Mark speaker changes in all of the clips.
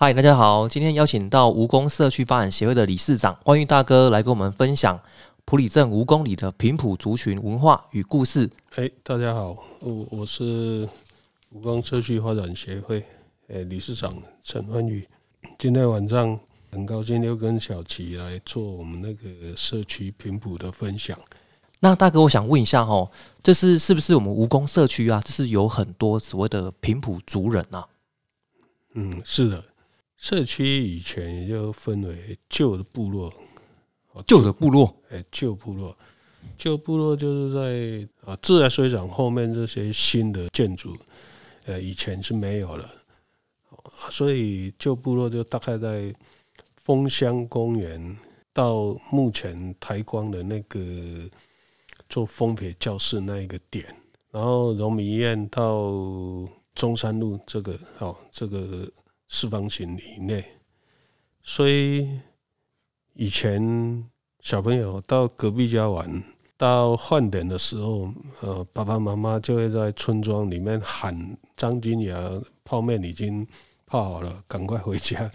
Speaker 1: 嗨，大家好，今天邀请到蜈蚣社区发展协会的理事长关玉大哥来跟我们分享普里镇蜈蚣里的平埔族群文化与故事。
Speaker 2: 哎、大家好，我我是武光社区发展协会哎、理事长陈欢宇。今天晚上很高兴又跟小齐来做我们那个社区频谱的分享。
Speaker 1: 那大哥，我想问一下哦，这是是不是我们蜈蚣社区啊？这是有很多所谓的平埔族人啊？
Speaker 2: 嗯，是的，社区以前也就分为旧的部落，哦
Speaker 1: 部落
Speaker 2: 哎，旧部落，旧部落就是在啊自来水厂后面这些新的建筑，呃，以前是没有了，啊所以旧部落就大概在枫香公园到目前台光的那个做丰培教室那一个点，然后荣民医院到中山路这个哦这个四方形以内，所以以前。小朋友到隔壁家玩，到换点的时候，呃，爸爸妈妈就会在村庄里面喊张金牙泡面已经泡好了，赶快回家。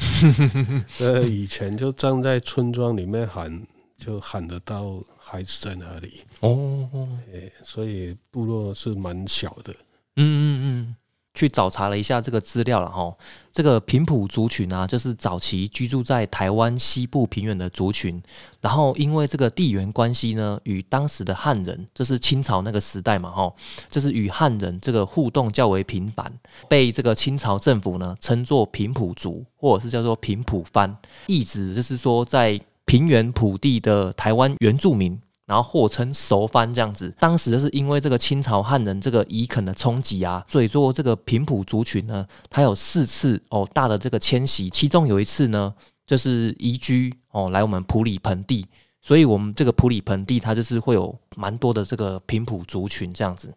Speaker 2: 呃，以前就站在村庄里面喊，就喊得到孩子在哪里，呃
Speaker 1: 哦，嗯
Speaker 2: 所以部落是蛮小的。
Speaker 1: 嗯嗯。去找查了一下这个资料了哈，这个平埔族群啊，就是早期居住在台湾西部平原的族群，然后因为这个地缘关系呢，与当时的汉人，就是清朝那个时代嘛哈，就是与汉人这个互动较为频繁，被这个清朝政府呢称作平埔族，或者是叫做平埔番，意指就是说在平原埔地的台湾原住民。然后或称熟番这样子。当时就是因为这个清朝汉人这个移垦的冲击啊，所以说这个平埔族群呢，它有四次哦大的这个迁徙，其中有一次呢，就是移居哦来我们普里盆地。所以，我们这个普里盆地，它就是会有蛮多的这个平埔族群这样子，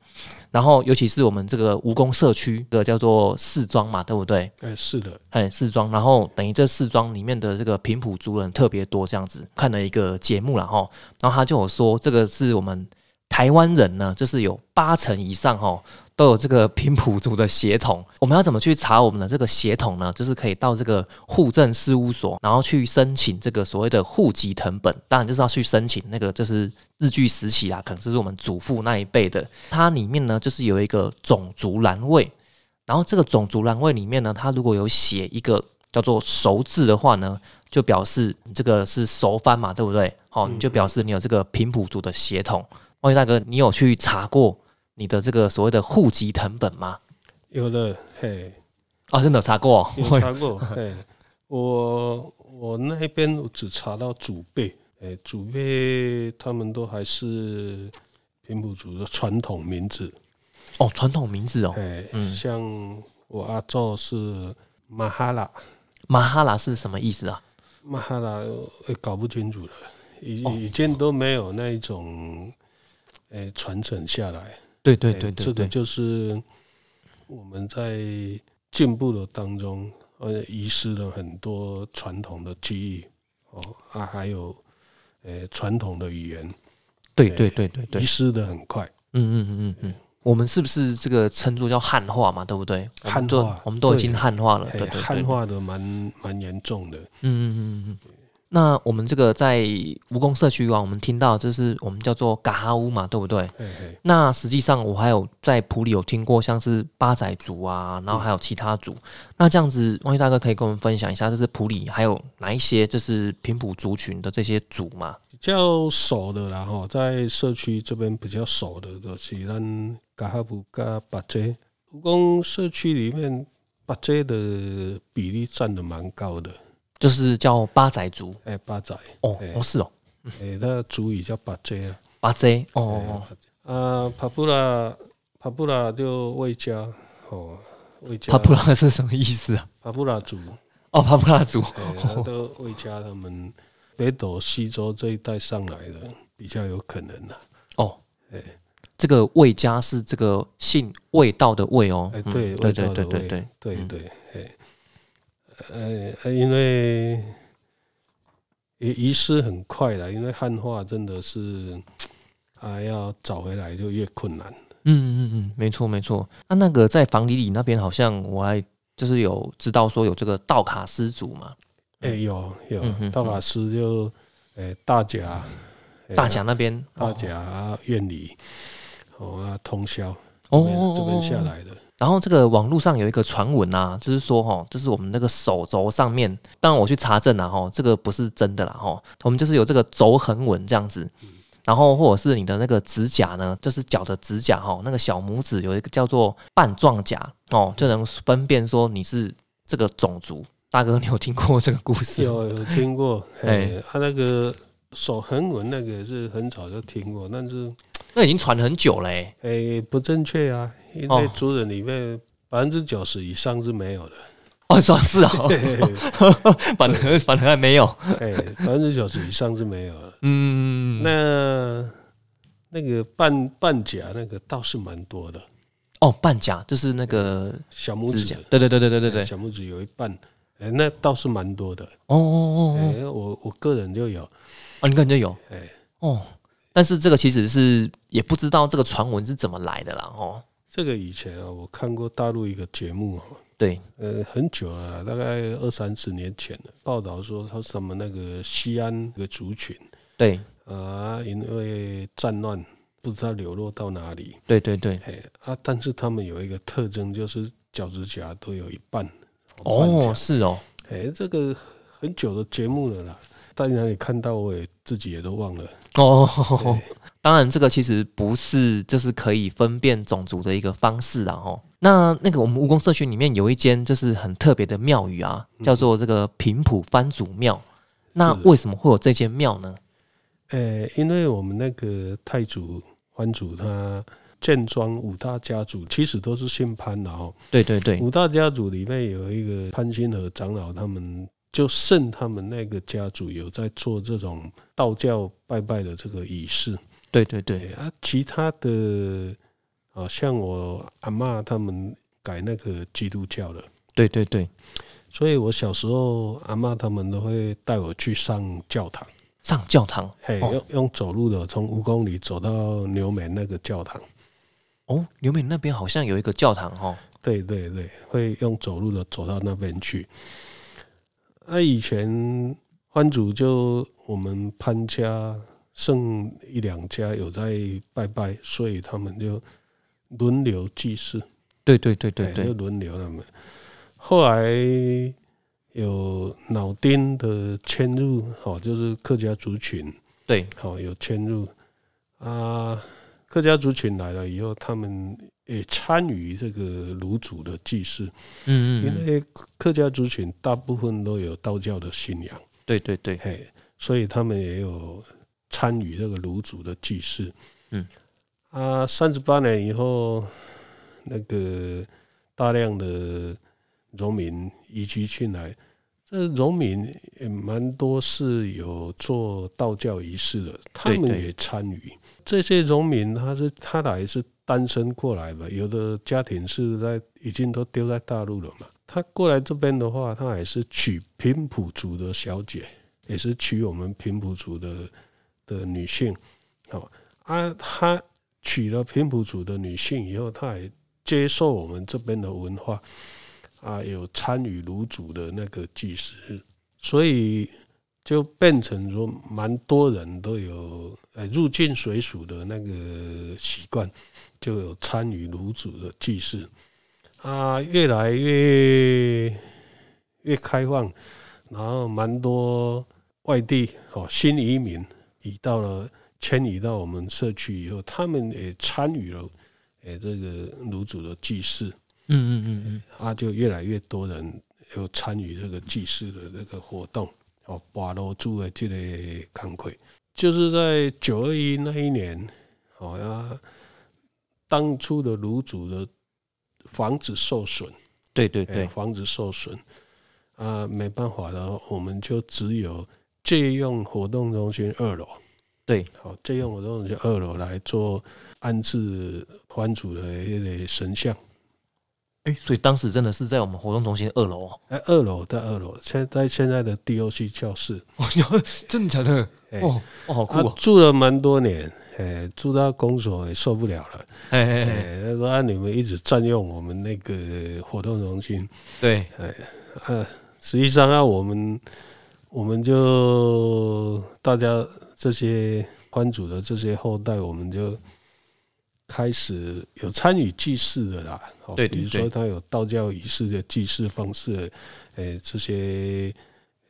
Speaker 1: 然后尤其是我们这个蜈蚣社区的叫做四庄嘛，对不对？
Speaker 2: 哎、是的，
Speaker 1: 哎，四庄，然后等于这四庄里面的这个平埔族人特别多，这样子看了一个节目然后，然后他就有说，这个是我们台湾人呢，就是有八成以上哈都有这个平埔族的血统。我们要怎么去查我们的这个血统呢？就是可以到这个户政事务所，然后去申请这个所谓的户籍成本，当然就是要去申请那个就是日据时期啊，可能就是我们祖父那一辈的，它里面呢就是有一个种族栏位。然后这个种族栏位里面呢，它如果有写一个叫做熟字的话呢，就表示你这个是熟番嘛，对不对？哦，你就
Speaker 2: 嗯
Speaker 1: 表示你有这个平埔族的血统。万玉大哥，你有去查过你的这个所谓的户籍成本吗？
Speaker 2: 有的，嘿，
Speaker 1: 啊、真的有查过、哦，
Speaker 2: 有查过，哎，我我那边我只查到祖辈，哎、祖辈他们都还是平埔族的传统名字，
Speaker 1: 哦，传统名字哦，
Speaker 2: 哎、像我阿祖是马哈拉，
Speaker 1: 马哈拉是什么意思啊？
Speaker 2: 马哈拉、呃搞不清楚了，以以前都没有那一种，哎、传承下来，
Speaker 1: 对对
Speaker 2: 哎这个就是我们在进步的当中，呃，遗失了很多传统的记忆哦，啊，还有呃传统的语言，
Speaker 1: 对对对对对
Speaker 2: 遗，失的很快。
Speaker 1: 嗯嗯嗯嗯嗯。我们是不是这个称作叫汉化嘛？对不对？我们都
Speaker 2: 汉化
Speaker 1: 我们都已经
Speaker 2: 对
Speaker 1: 汉化了，啊对
Speaker 2: 哎
Speaker 1: 对对。
Speaker 2: 汉化的蛮蛮严重的，
Speaker 1: 嗯嗯嗯嗯。那我们这个在蜈蚣社区啊，我们听到就是我们叫做嘎哈乌嘛，对不对？
Speaker 2: 嘿哎嘿，
Speaker 1: 那实际上我还有在普里有听过像是八仔族啊，然后还有其他族。那这样子，万玉大哥可以跟我们分享一下，就是普里还有哪一些就是平埔族群的这些族嘛？
Speaker 2: 比较熟的啦哈，在社区这边比较熟的就是咱嘎哈布嘎巴街，蜈蚣社区里面巴街的比例占的蛮高的，
Speaker 1: 就是叫八仔族
Speaker 2: 哎、巴仔，
Speaker 1: 哦，
Speaker 2: 对
Speaker 1: 哦是哦，
Speaker 2: 哎、那主语叫巴啊街啦，
Speaker 1: 八 Z 哦哦，
Speaker 2: 啊，帕布拉帕布拉就魏家哦，魏家
Speaker 1: 帕普拉是什么意思啊？
Speaker 2: 帕布拉族，
Speaker 1: 哦，帕普拉族
Speaker 2: 哎、那都魏家他们北斗西周这一带上来的比较有可能啊啦，
Speaker 1: 哦
Speaker 2: 哎，
Speaker 1: 这个魏家是这个姓味道的味哦，
Speaker 2: 哎、
Speaker 1: 嗯
Speaker 2: 对，
Speaker 1: 对
Speaker 2: 魏
Speaker 1: 对
Speaker 2: 家
Speaker 1: 对
Speaker 2: 的
Speaker 1: 对
Speaker 2: 魏
Speaker 1: 对，
Speaker 2: 对
Speaker 1: 嗯
Speaker 2: 对，哎、呃、因为也遗失很快了，因为汉化真的是啊，要找回来就越困难。
Speaker 1: 啊嗯嗯嗯，没错没错。那、那个在房里里那边，好像我还就是有知道说有这个道卡斯族嘛，
Speaker 2: 哎、有有
Speaker 1: 嗯哼，
Speaker 2: 道卡斯就哎大甲，哎
Speaker 1: 大甲那边，
Speaker 2: 大
Speaker 1: 哦
Speaker 2: 甲啊院里，哦啊通宵这边、
Speaker 1: 哦
Speaker 2: 这边下。来的，
Speaker 1: 然后这个网络上有一个传闻啊，就是说哈、就是我们那个手肘上面，当然我去查证了哈、这个不是真的啦哈、我们就是有这个肘横纹这样子。然后或者是你的那个指甲呢，就是脚的指甲哈、那个小拇指有一个叫做半状甲哦，就能分辨说你是这个种族。大哥，你有听过这个故事吗？
Speaker 2: 有有听过，哎、
Speaker 1: 哎
Speaker 2: 他、那个手横纹那个是很早就听过，但是
Speaker 1: 那已经传很久了、欸，
Speaker 2: 哎、不正确啊，因为
Speaker 1: 哦
Speaker 2: 族人里面百分之九十以上是没有的，
Speaker 1: 哦，算是 哦，
Speaker 2: 嘿嘿
Speaker 1: 反而反而还没有，
Speaker 2: 哎、百分之九十以上是没有的。
Speaker 1: 嗯，
Speaker 2: 那那个半半甲那个倒是蛮多的，
Speaker 1: 哦，半甲就是那个
Speaker 2: 小拇
Speaker 1: 指
Speaker 2: 指
Speaker 1: 甲，对对对对对对对，
Speaker 2: 小拇指有一半，哎、那倒是蛮多的。
Speaker 1: 哦哦
Speaker 2: 哎、
Speaker 1: 哦哦，
Speaker 2: 我我个人就有，
Speaker 1: 啊，你感觉有
Speaker 2: 哎、
Speaker 1: 哦，但是这个其实是也不知道这个传闻是怎么来的啦，哦，
Speaker 2: 这个以前啊，我看过大陆一个节目哦，
Speaker 1: 对，
Speaker 2: 呃，很久了啊，大概二三十年前了，报道说他什么那个西安的族群
Speaker 1: 对，
Speaker 2: 啊，因为战乱不知道流落到哪里，
Speaker 1: 对对对，
Speaker 2: 哎、啊，但是他们有一个特征就是脚趾甲都有一半，半甲
Speaker 1: 哦，是哦，
Speaker 2: 哎、这个很久的节目了啦，在哪里看到我也自己也都忘了。
Speaker 1: 哦，当然这个其实不是就是可以分辨种族的一个方式啦，哦。那那个我们蜈蚣社区里面有一间就是很特别的庙宇啊，叫做这个平埔番祖庙。那
Speaker 2: 是
Speaker 1: 为什么会有这间庙呢？
Speaker 2: 哎、因为我们那个太祖、藩主他建庄五大家族其实都是姓潘的哦。
Speaker 1: 对对对，
Speaker 2: 五大家族里面有一个潘兴和长老，他们就剩他们那个家族有在做这种道教拜拜的这个仪式。
Speaker 1: 对对
Speaker 2: 哎
Speaker 1: 对，
Speaker 2: 啊，其他的啊，像我阿嬷他们改那个基督教了。
Speaker 1: 对对对，
Speaker 2: 所以我小时候，阿妈他们都会带我去上教堂，
Speaker 1: 上教堂
Speaker 2: 嘿，
Speaker 1: 哦
Speaker 2: 用用走路的，从蜈蚣里走到牛门那个教堂。
Speaker 1: 哦，刘美那边好像有一个教堂哦，
Speaker 2: 对对对，会用走路的走到那边去。那、以前番主就我们潘家剩一两家有在拜拜，所以他们就轮流祭祀，
Speaker 1: 对对对对
Speaker 2: 嘿
Speaker 1: 对
Speaker 2: 就，轮流他们。后来有老丁的迁入，好、就是客家族群，
Speaker 1: 对，
Speaker 2: 好、有迁入啊。客家族群来了以后，他们也参与这个卢祖的祭祀，
Speaker 1: 嗯嗯
Speaker 2: 因
Speaker 1: 嗯，
Speaker 2: 为客家族群大部分都有道教的信仰，
Speaker 1: 对对对，
Speaker 2: 嘿，所以他们也有参与这个卢祖的祭祀。
Speaker 1: 嗯，
Speaker 2: 啊，三十八年以后，那个大量的农民移居进来，这农民也蛮多是有做道教仪式的，他们
Speaker 1: 对
Speaker 2: 也参与。这些农民他是他来是单身过来嘛，有的家庭是在已经都丢在大陆了嘛。他过来这边的话，他也是娶平埔族的小姐，也是娶我们平埔族的的女性。好啊，他娶了平埔族的女性以后，他也接受我们这边的文化，啊，有参与卢祖的那个祭祀，所以就变成说，蛮多人都有呃入境水属的那个习惯，就有参与卢祖的祭祀，啊，越来越越开放，然后蛮多外地哦新移民移到了迁移到我们社区以后，他们也参与了。诶，哎这个卢祖的祭祀，
Speaker 1: 嗯嗯嗯嗯，
Speaker 2: 啊，就越来越多人有参与这个祭祀的这个活动，哦，把楼主的这个康溃，就是在九二一那一年，好、像、啊、当初的炉主的房子受损，
Speaker 1: 对对
Speaker 2: 哎
Speaker 1: 对，
Speaker 2: 房子受损，啊，没办法了，我们就只有借用活动中心二楼，
Speaker 1: 对，
Speaker 2: 好，借用活动中心二楼来做安置番主的一类神像。
Speaker 1: 哎，所以当时真的是在我们活动中心二楼哦，
Speaker 2: 哎，二楼在二楼，现在现在的 DOC 教室，
Speaker 1: 真的假的？
Speaker 2: 哎
Speaker 1: 哦，哦，好酷
Speaker 2: 他
Speaker 1: 哦！
Speaker 2: 住了蛮多年，哎，住到公所也受不了了，
Speaker 1: 哎哎哎，
Speaker 2: 哎，他说啊，你们一直占用我们那个活动中心，
Speaker 1: 对，
Speaker 2: 呃，实际上啊，我们我们就大家这些番主的这些后代，我们就开始有参与祭祀的啦。哦
Speaker 1: 对对
Speaker 2: 比如
Speaker 1: 对
Speaker 2: 说他有道教仪式的祭祀方式，呃，这些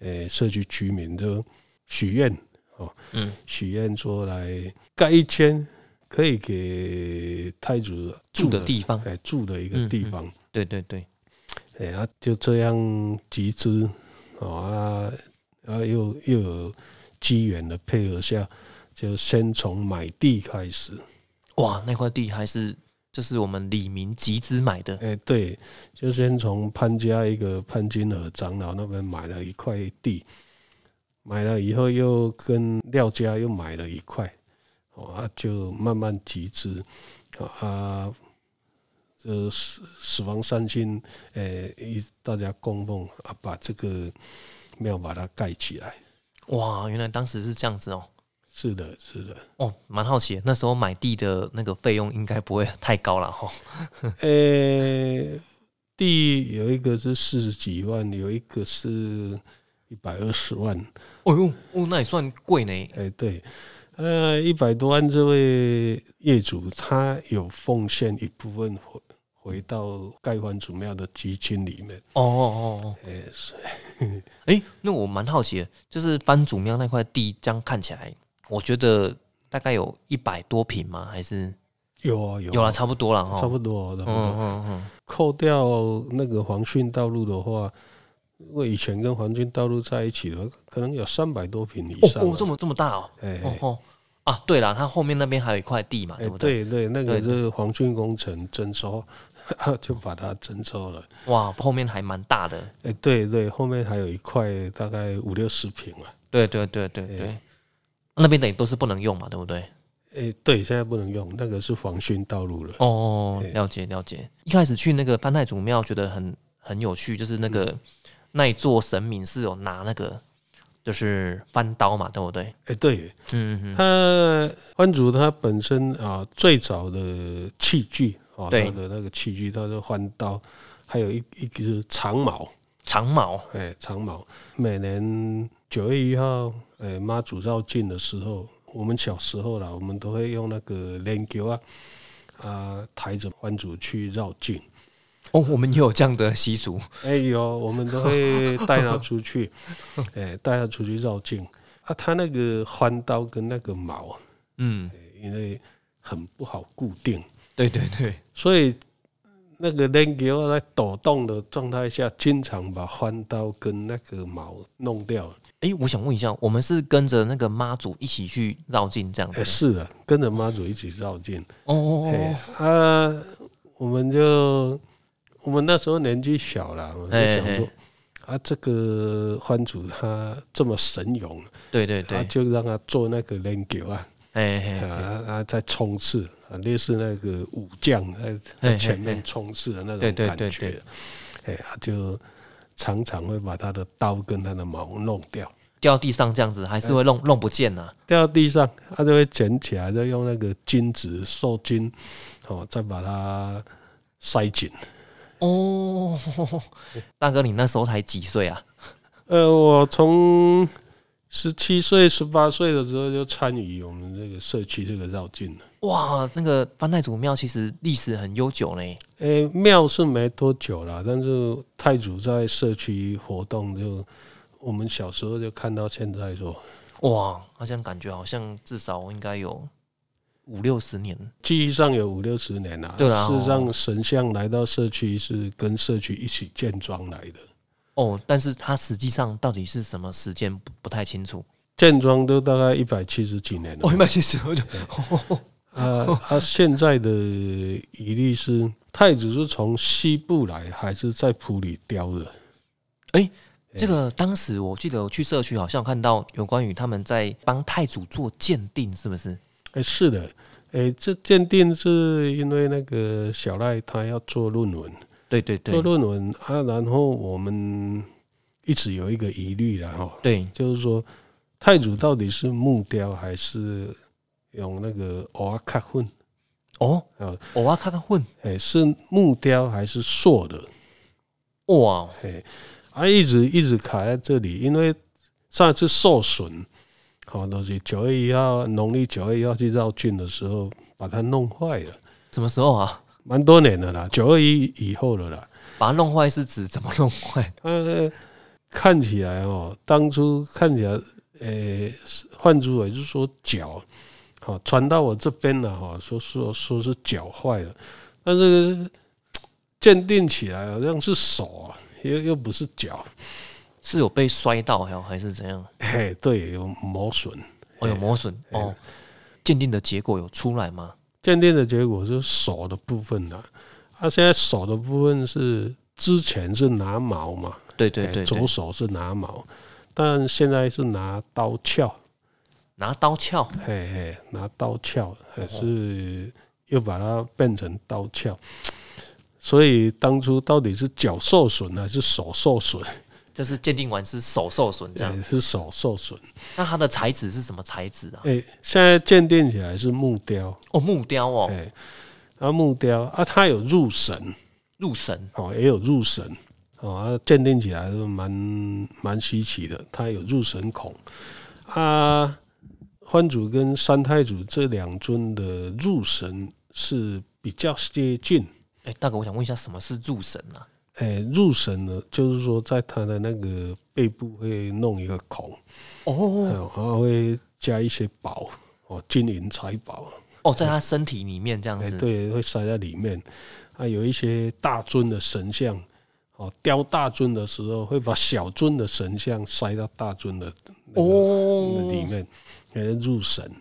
Speaker 2: 呃社区居民都许愿，哦
Speaker 1: 嗯，
Speaker 2: 许愿说来盖一间可以给太祖
Speaker 1: 住的地方，
Speaker 2: 哎住的一个
Speaker 1: 嗯
Speaker 2: 地
Speaker 1: 嗯
Speaker 2: 方。
Speaker 1: 对对对，
Speaker 2: 哎呀、啊就这样集资哦啊，啊又又有机缘的配合下，就先从买地开始。
Speaker 1: 哇，那块地还是就是我们李明集资买的，
Speaker 2: 哎、对，就先从潘家一个潘金和长老那边买了一块地，买了以后又跟廖家又买了一块，哦啊，就慢慢集资，哦啊，这死死亡三星，呃、一大家供奉啊，把这个庙把它盖起来。
Speaker 1: 哇，原来当时是这样子哦。
Speaker 2: 是的，是的，
Speaker 1: 哦，蛮好奇的，那时候买地的那个费用应该不会太高哦了哈。
Speaker 2: 呃、哎地有一个是四十几万，有一个是一百二十万。
Speaker 1: 哦呦，哦，那也算贵呢。
Speaker 2: 哎，对，呃，一百多万这位业主他有奉献一部分回回到盖棺祖庙的基金里面，
Speaker 1: 哦哦哦，
Speaker 2: 哎，是
Speaker 1: 哎、诶那我蛮好奇的，就是番主庙那块地，这样看起来，我觉得大概有一百多平吗？还是
Speaker 2: 有啊有啊
Speaker 1: 有啦，差不多了哈。
Speaker 2: 差不多，差不
Speaker 1: 嗯
Speaker 2: 多。
Speaker 1: 嗯嗯，
Speaker 2: 扣掉那个黄训道路的话，因为以前跟黄训道路在一起的话，可能有三百多平以上、
Speaker 1: 哦哦，这
Speaker 2: 么，
Speaker 1: 么这么大哦。
Speaker 2: 哎。
Speaker 1: 哦哦啊，对了，它后面那边还有一块地嘛，
Speaker 2: 哎
Speaker 1: 对，不对？
Speaker 2: 对对，那
Speaker 1: 对
Speaker 2: 个是黄俊工程征收， 就把它征收了。
Speaker 1: 哇，后面还蛮大的。
Speaker 2: 哎，对对，后面还有一块大概五六十平啊了。
Speaker 1: 对对对对对，
Speaker 2: 哎
Speaker 1: 那边等于都是不能用嘛，对不对？
Speaker 2: 诶，对，现在不能用，那个是防汛道路了。
Speaker 1: 哦，
Speaker 2: 对
Speaker 1: 了解了解。一开始去那个潘太祖庙，觉得很很有趣，就是那个、那一座神明是有拿那个就是翻刀嘛，对不对？
Speaker 2: 诶，对，
Speaker 1: 嗯嗯
Speaker 2: 它番主它本身啊，最早的器具啊，
Speaker 1: 对
Speaker 2: 它的那个器具，它是翻刀，还有一一个是长矛，
Speaker 1: 长矛，
Speaker 2: 诶，长矛。每年九月一号，诶，妈祖绕境的时候，我们小时候啦，我们都会用那个链球啊啊，抬着番主去绕境。
Speaker 1: 哦，我们也有这样的习俗，
Speaker 2: 哎、有，我们都会带他出 去，哎、带他出去绕境啊。他那个翻刀跟那个矛，
Speaker 1: 嗯，
Speaker 2: 哎因为很不好固定，
Speaker 1: 对对对，
Speaker 2: 所以那个人给我在抖动的状态下，经常把翻刀跟那个矛弄掉。
Speaker 1: 诶，我想问一下，我们是跟着那个妈祖一起去绕境这样
Speaker 2: 哎、
Speaker 1: 子吗？
Speaker 2: 是的，跟着妈祖一起绕境。
Speaker 1: 哦哦哦
Speaker 2: 哎、啊，我们就我们那时候年纪小了，我们就
Speaker 1: 哎
Speaker 2: 想说
Speaker 1: 哎。
Speaker 2: 啊，这个番主他这么神勇，
Speaker 1: 哦，对对
Speaker 2: 他
Speaker 1: 对，
Speaker 2: 就让他做那个练球啊，
Speaker 1: 哎哎哎，
Speaker 2: 啊啊，在冲刺啊，类似那个武将在
Speaker 1: 嘿
Speaker 2: 在
Speaker 1: 嘿
Speaker 2: 前面冲刺的那
Speaker 1: 对
Speaker 2: 种
Speaker 1: 对
Speaker 2: 感
Speaker 1: 对
Speaker 2: 觉
Speaker 1: 对，
Speaker 2: 哎啊，就常常会把他的刀跟他的矛弄掉，
Speaker 1: 掉地上这样子还是会弄弄不见啊呐、
Speaker 2: 掉到地上，他就会捡起来，再用那个金子受精，哦，再把它塞紧。
Speaker 1: 哦，大哥，你那时候才几岁啊？
Speaker 2: 呃，我从十七岁、十八岁的时候就参与我们这个社区这个绕境了。
Speaker 1: 哇，那个班太祖庙其实历史很悠久嘞。
Speaker 2: 诶、庙是没多久了，但是太祖在社区活动就，我们小时候就看到现在说，
Speaker 1: 哇，好像感觉好像至少应该有五六十年。
Speaker 2: 记忆上有五六十年了。
Speaker 1: 对啦
Speaker 2: 事实上神像来到社区是跟社区一起建庄来的，
Speaker 1: 哦，但是它实际上到底是什么时间不不太清楚。
Speaker 2: 建庄都大概一百七十几年了。
Speaker 1: 哦一百七十，我就
Speaker 2: 啊啊！现在的疑虑是太子是从西部来，还是在埔里雕的？
Speaker 1: 这个当时我记得我去社区好像看到有关于他们在帮太祖做鉴定，是不是？
Speaker 2: 哎，是的，哎，这鉴定是因为那个小赖他要做论文。
Speaker 1: 对对对
Speaker 2: 做论文啊，然后我们一直有一个疑虑了哈，
Speaker 1: 对，
Speaker 2: 就是说泰乳到底是木雕还是用那个偶尔卡混？
Speaker 1: 哦
Speaker 2: 哦，
Speaker 1: 我要看看混
Speaker 2: 哎，是木雕还是塑的？
Speaker 1: 哇，
Speaker 2: 哎，啊，一直一直卡在这里，因为上次受损，好、都是九月一号，农历九月一号去绕境的时候把它弄坏了，
Speaker 1: 什么时候啊？
Speaker 2: 蛮多年的啦，九二一以后的啦。
Speaker 1: 把它弄坏是指怎么弄坏？
Speaker 2: 呃，看起来哦，当初看起来，呃、换主委就说脚，好、传到我这边了哈、说说说是脚坏了，但是鉴定起来好像是手啊，又又不是脚，
Speaker 1: 是有被摔到还有还是怎样？哦
Speaker 2: 嘿，哎对，有磨损。
Speaker 1: 哦，有磨损
Speaker 2: 哎
Speaker 1: 哦。鉴定的结果有出来吗？
Speaker 2: 鉴定的结果是手的部分啦、啊，他、现在手的部分是之前是拿毛嘛，
Speaker 1: 对对
Speaker 2: 哎
Speaker 1: 对对
Speaker 2: 左手是拿毛，但现在是拿刀鞘，
Speaker 1: 拿刀鞘，
Speaker 2: 嘿嘿，拿刀鞘还是又把它变成刀鞘，所以当初到底是脚受损还是手受损？
Speaker 1: 这是鉴定完是手受损这样。
Speaker 2: 哎是手受损。
Speaker 1: 那它的材质是什么材质啊？
Speaker 2: 哎、现在鉴定起来是木雕，
Speaker 1: 哦，木雕
Speaker 2: 哎、
Speaker 1: 哦，
Speaker 2: 啊木雕啊，它有入神。
Speaker 1: 入神
Speaker 2: 哦，也有入神，哦，啊鉴定起来是蛮蛮稀奇的，它有入神孔啊。欢主跟三太主这两尊的入神是比较接近，
Speaker 1: 哎，大哥，我想问一下，什么是入神啊？
Speaker 2: 哎，入神呢，就是说在它的那个背部会弄一个孔，
Speaker 1: 哦
Speaker 2: 哦，然后会加一些宝，哦，金银财宝，
Speaker 1: 哦，在它身体里面这样
Speaker 2: 哎，
Speaker 1: 子。
Speaker 2: 对，会塞在里面。啊，有一些大尊的神像，哦，雕大尊的时候会把小尊的神像塞到大尊的哎那个
Speaker 1: 哦，
Speaker 2: 里面，给人入神。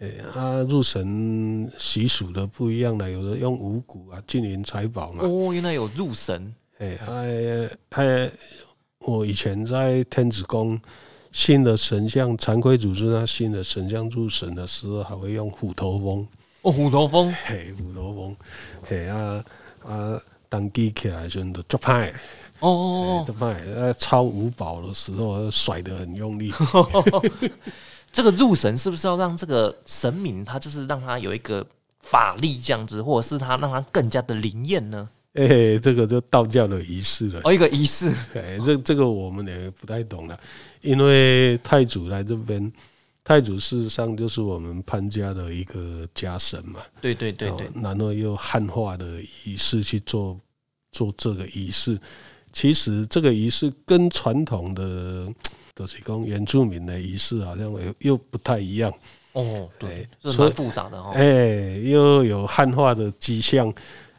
Speaker 2: 哎，啊，入神习俗的不一样了，有的用五谷啊，金银财宝嘛。
Speaker 1: 哦，原来有入神
Speaker 2: 哎，还还，我以前在天子宫。新的神像，常规组织那新的神像入神的时候，还会用虎头蜂，
Speaker 1: 哦，虎头蜂
Speaker 2: 嘿，有罗翁，嘿啊啊，当机起来的时阵就足歹，
Speaker 1: 哦哦
Speaker 2: 足歹，啊超五宝的时候甩得很用力，
Speaker 1: 哦，这个入神是不是要让这个神明他就是让他有一个法力这样子，或者是他让他更加的灵验呢？
Speaker 2: 哎、这个就道教的仪式了，
Speaker 1: 哦，一个仪式
Speaker 2: 哎、这这个我们也不太懂了，因为太祖来这边。太祖事实上就是我们潘家的一个家神嘛，
Speaker 1: 对对对对
Speaker 2: 哦，然后用汉化的仪式去做做这个仪式。其实这个仪式跟传统的就是讲原住民的仪式好像又又不太一样，
Speaker 1: 哦，对
Speaker 2: 对，
Speaker 1: 这
Speaker 2: 所
Speaker 1: 蛮
Speaker 2: 以
Speaker 1: 复杂的哦。
Speaker 2: 哎、又有汉化的迹象，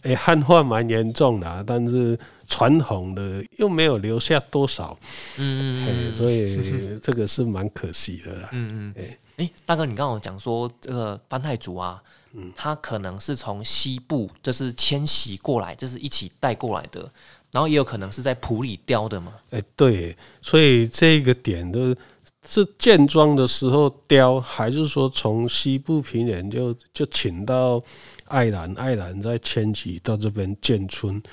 Speaker 2: 哎、汉化蛮严重的啊、但是传统的又没有留下多少，哎、
Speaker 1: 嗯，
Speaker 2: 所以 这个是蛮可惜的啦。
Speaker 1: 嗯嗯嗯
Speaker 2: 哎。
Speaker 1: 哎、大哥，你刚刚有讲说这个班太族啊，他可能是从西部就是迁徙过来，就是一起带过来的，然后也有可能是在普里雕的嘛。
Speaker 2: 哎、对，所以这个点的是建庄的时候雕，还是说从西部平原就就请到爱兰，爱兰再迁徙到这边建村？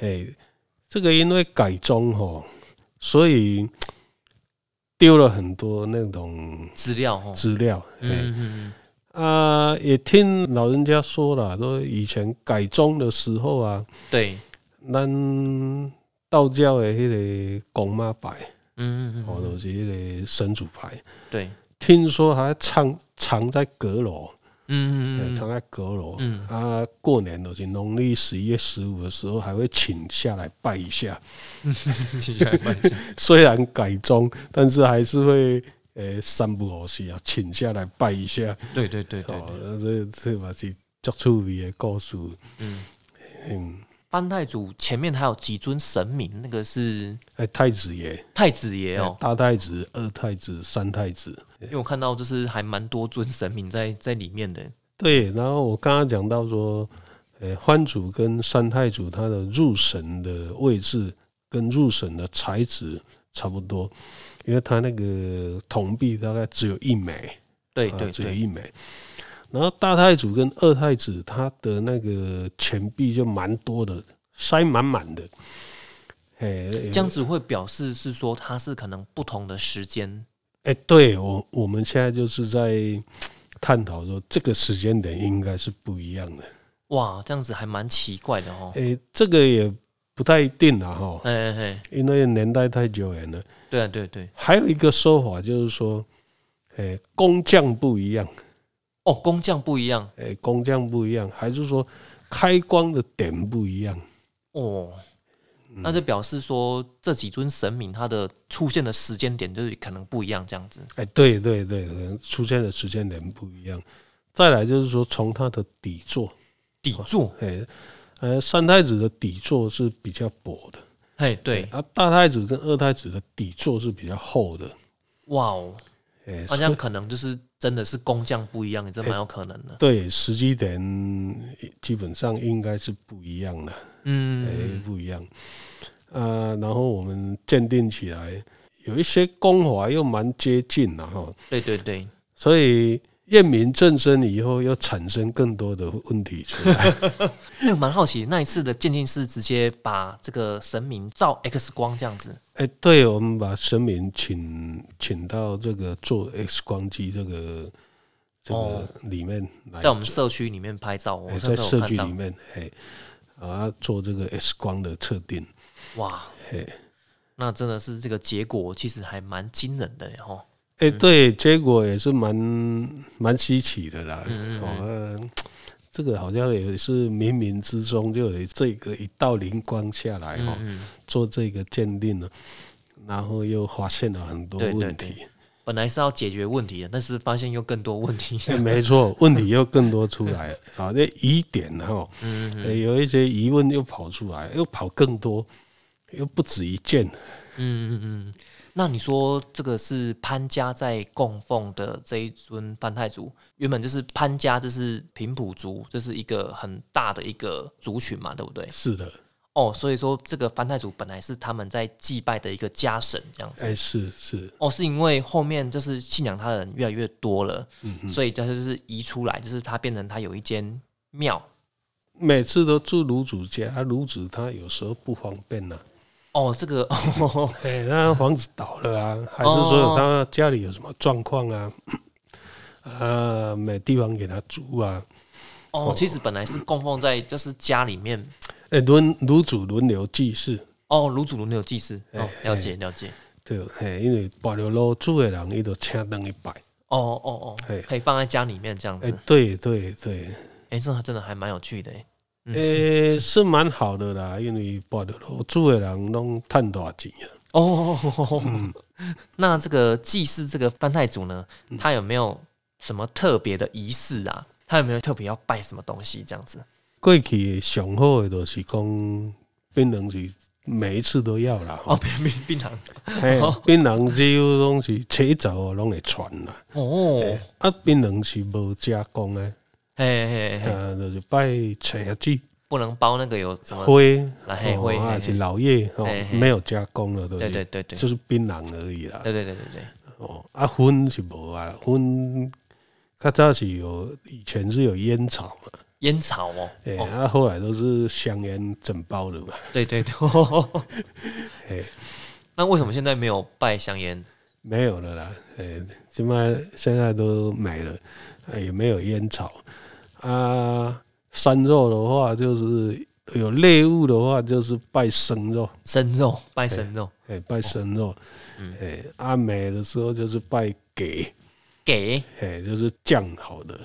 Speaker 2: 哎、这个因为改装吼，所以丢了很多那种
Speaker 1: 资料哦，
Speaker 2: 资料。哎、
Speaker 1: 嗯嗯嗯，
Speaker 2: 啊，也听老人家说了，说以前改装的时候啊，
Speaker 1: 对，
Speaker 2: 咱道教的迄个公妈拜。
Speaker 1: 嗯嗯
Speaker 2: 哦，
Speaker 1: 嗯，
Speaker 2: 就是迄个神主牌。
Speaker 1: 对，
Speaker 2: 听说还藏藏在阁楼，
Speaker 1: 嗯嗯
Speaker 2: 哎
Speaker 1: 嗯
Speaker 2: 藏在阁楼。
Speaker 1: 嗯，
Speaker 2: 啊，过年就是农历十一月十五的时候，还会请下来拜一下。
Speaker 1: 嗯，接下来慢一下
Speaker 2: 虽然改装，但是还是会呃三不五时啊，请下来拜一下。
Speaker 1: 对对对对
Speaker 2: 哦
Speaker 1: 对，，
Speaker 2: 啊这这嘛是足趣味的故事。
Speaker 1: 嗯，
Speaker 2: 嗯，
Speaker 1: 班太祖前面还有几尊神明，那个是
Speaker 2: 哎，太子爷，
Speaker 1: 太子爷哦、
Speaker 2: 大太子、二太子、三太子。
Speaker 1: 因为我看到就是还蛮多尊神明在在里面的。
Speaker 2: 对，然后我刚刚讲到说，呃，欢主跟三太祖他的入神的位置跟入神的材质差不多，因为他那个铜币大概只有一枚，
Speaker 1: 对
Speaker 2: 啊
Speaker 1: 对
Speaker 2: 只有
Speaker 1: 对，
Speaker 2: 一枚。然后大太祖跟二太子他的那个钱币就蛮多的，塞满满的。哎，
Speaker 1: 这样子会表示是说它是可能不同的时间
Speaker 2: 哎、对我我们现在就是在探讨说，这个时间点应该是不一样的。
Speaker 1: 哇，这样子还蛮奇怪的哦。
Speaker 2: 哎、这个也不太定了哈，
Speaker 1: 哎哎哎，
Speaker 2: 因为年代太久远了。
Speaker 1: 对啊对对，
Speaker 2: 还有一个说法就是说，哎、工匠不一样，
Speaker 1: 哦，工匠不一样
Speaker 2: 哎、工匠不一样，还是说开光的点不一样？
Speaker 1: 哦，那就表示说这几尊神明它的出现的时间点就是可能不一样，这样子。
Speaker 2: 哎，对对对，可能出现的时间点不一样。再来就是说，从它的底座，
Speaker 1: 底座，
Speaker 2: 哎，呃，三太子的底座是比较薄的，
Speaker 1: 嘿，对，
Speaker 2: 啊，大太子跟二太子的底座是比较厚的，
Speaker 1: 哇哦，
Speaker 2: 哎，
Speaker 1: 那这
Speaker 2: 所以
Speaker 1: 样可能就是真的是工匠不一样，这
Speaker 2: 哎
Speaker 1: 蛮有可能的。
Speaker 2: 对时机点基本上应该是不一样的，哎，
Speaker 1: 嗯，
Speaker 2: 不一样。啊，然后我们鉴定起来，有一些功法又蛮接近的哈，
Speaker 1: 对对对，
Speaker 2: 所以验明正身以后，又产生更多的问题出 来。
Speaker 1: 因为哎我蛮好奇那一次的鉴定是直接把这个神明照 X 光这样子。
Speaker 2: 哎、对，我们把神明请请到这个做 X 光机这个这
Speaker 1: 哦
Speaker 2: 个里面来
Speaker 1: 在我
Speaker 2: 做，
Speaker 1: 们社区里面拍照，我
Speaker 2: 哎
Speaker 1: 上
Speaker 2: 在
Speaker 1: 次
Speaker 2: 社
Speaker 1: 有看
Speaker 2: 区
Speaker 1: 到
Speaker 2: 里，面，哎、啊做这个 X 光的测定，哎
Speaker 1: 哇
Speaker 2: 嘿，
Speaker 1: 那真的是这个结果其实还蛮惊人的哦。
Speaker 2: 哎、对，结果也是蛮蛮稀奇的啦，
Speaker 1: 嗯嗯
Speaker 2: 哦、呃这个好像也是冥冥之中就有这个一道灵光下来
Speaker 1: 嗯
Speaker 2: 哦，
Speaker 1: 嗯，
Speaker 2: 做这个鉴定呢，然后又发现了很多
Speaker 1: 对对
Speaker 2: 问
Speaker 1: 对
Speaker 2: 题，
Speaker 1: 本来是要解决问题的，但是发现又更多问题。
Speaker 2: 哎没错，问题又更多出来了，啊，那疑点哈、哦。
Speaker 1: 嗯嗯
Speaker 2: 呃有一些疑问又跑出来，又跑更多，又不止一件。
Speaker 1: 嗯嗯嗯。那你说这个是潘家在供奉的这一尊范太祖，原本就是潘家，这是平埔族，这是一个很大的一个族群嘛，对不对？
Speaker 2: 是的，
Speaker 1: 哦，所以说这个班太祖本来是他们在祭拜的一个家神这样子。
Speaker 2: 哎，是是，
Speaker 1: 哦，是因为后面就是信仰他的人越来越多了，
Speaker 2: 嗯
Speaker 1: 所以他就是移出来，就是他变成他有一间庙。
Speaker 2: 每次都住卢主家，啊卢主他有时候不方便啊呐、
Speaker 1: 哦，这个
Speaker 2: 哎，那房子倒了啊，还是说他家里有什么状况啊？啊，没地方给他住啊。
Speaker 1: 哦，其实本来是供奉在就是家里面。
Speaker 2: 哎，轮卢主轮流祭祀，
Speaker 1: 哦，卢祖卢没有祭祀。
Speaker 2: 哎
Speaker 1: 哦，了解了解。
Speaker 2: 对，哎，因为保留楼主的人，伊就请灯一摆。
Speaker 1: 哦哦哦
Speaker 2: 嘿，
Speaker 1: 可以放在家里面这样
Speaker 2: 哎
Speaker 1: 子。，
Speaker 2: 对对对，
Speaker 1: 哎，这真的还蛮有趣的诶。嗯
Speaker 2: 诶、是蛮好的啦，因为保留楼主的人拢趁大钱啊。
Speaker 1: 哦， 那这个祭祀这个班太祖呢，他有没有什么特别的仪式啊？他有没有特别要拜什么东西这样子？
Speaker 2: 过去上好的就是讲槟榔是每一次都要啦，
Speaker 1: 哦，
Speaker 2: 吼、
Speaker 1: 槟槟槟榔
Speaker 2: 嘿槟榔只有拢是迟早哦拢会传啦。
Speaker 1: 哦，
Speaker 2: 啊，槟榔是无加工的，
Speaker 1: 嘿嘿嘿，
Speaker 2: 啊，就是拜青子、
Speaker 1: 不能包那个有什么？
Speaker 2: 灰，
Speaker 1: 来嘿灰
Speaker 2: 哦
Speaker 1: 嘿
Speaker 2: 啊是
Speaker 1: 嘿
Speaker 2: 老叶哦
Speaker 1: 嘿，嘿
Speaker 2: 没有加工了，对不
Speaker 1: 对对
Speaker 2: 对？
Speaker 1: 对对，对
Speaker 2: 就是槟榔而已啦。
Speaker 1: 对对对对，
Speaker 2: 哦，啊，荤是无啊，荤较早是有，以前是有烟草嘛，
Speaker 1: 烟草哦，
Speaker 2: 哎、
Speaker 1: 哦，
Speaker 2: 啊，后来都是香烟整包的嘛，
Speaker 1: 对对对。
Speaker 2: 哎、
Speaker 1: 那为什么现在没有拜香烟？
Speaker 2: 没有了啦，呃、现在现在都没了，呃也没有烟草啊。山肉的话，就是有猎物的话，就是拜生肉，
Speaker 1: 生肉拜生肉，
Speaker 2: 哎、拜生肉，
Speaker 1: 嗯
Speaker 2: 哎、啊美的时候就是拜给，
Speaker 1: 给
Speaker 2: 哎、就是酱好的，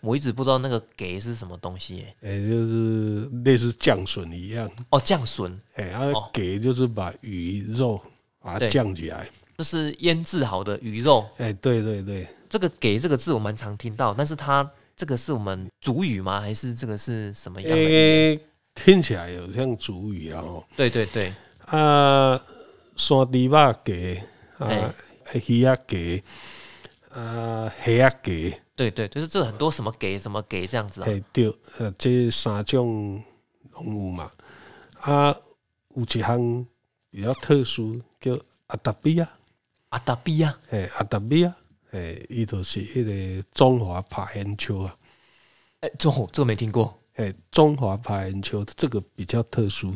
Speaker 1: 我一直不知道那个给是什么东西耶。
Speaker 2: 哎、就是类似酱笋一样，
Speaker 1: 哦，酱笋
Speaker 2: 哎、啊
Speaker 1: 哦
Speaker 2: 给就是把鱼肉把它
Speaker 1: 对
Speaker 2: 酱起来，
Speaker 1: 就是腌制好的鱼肉，
Speaker 2: 哎、对对对，
Speaker 1: 这个“给”这个字我蛮常听到，但是它这个是我们主语吗？还是这个是什么样的？
Speaker 2: 哎、听起来有像主语啊哦。
Speaker 1: 对对对，
Speaker 2: 啊，山猪肉鸡，啊，鱼仔鸡，啊，虾仔鸡，
Speaker 1: 对对，就是这很多什么“给”什么“给”这样 子啊。
Speaker 2: 嘿对，呃，这三种拢有嘛。啊，有一项比较特殊，叫阿达比亚，
Speaker 1: 阿达比亚
Speaker 2: 嘿，阿达比亚，嘿，伊就是迄个中华爬烟鳅啊，
Speaker 1: 哎，这我这个没听过。
Speaker 2: 嘿，中华爬烟鳅这个比较特殊，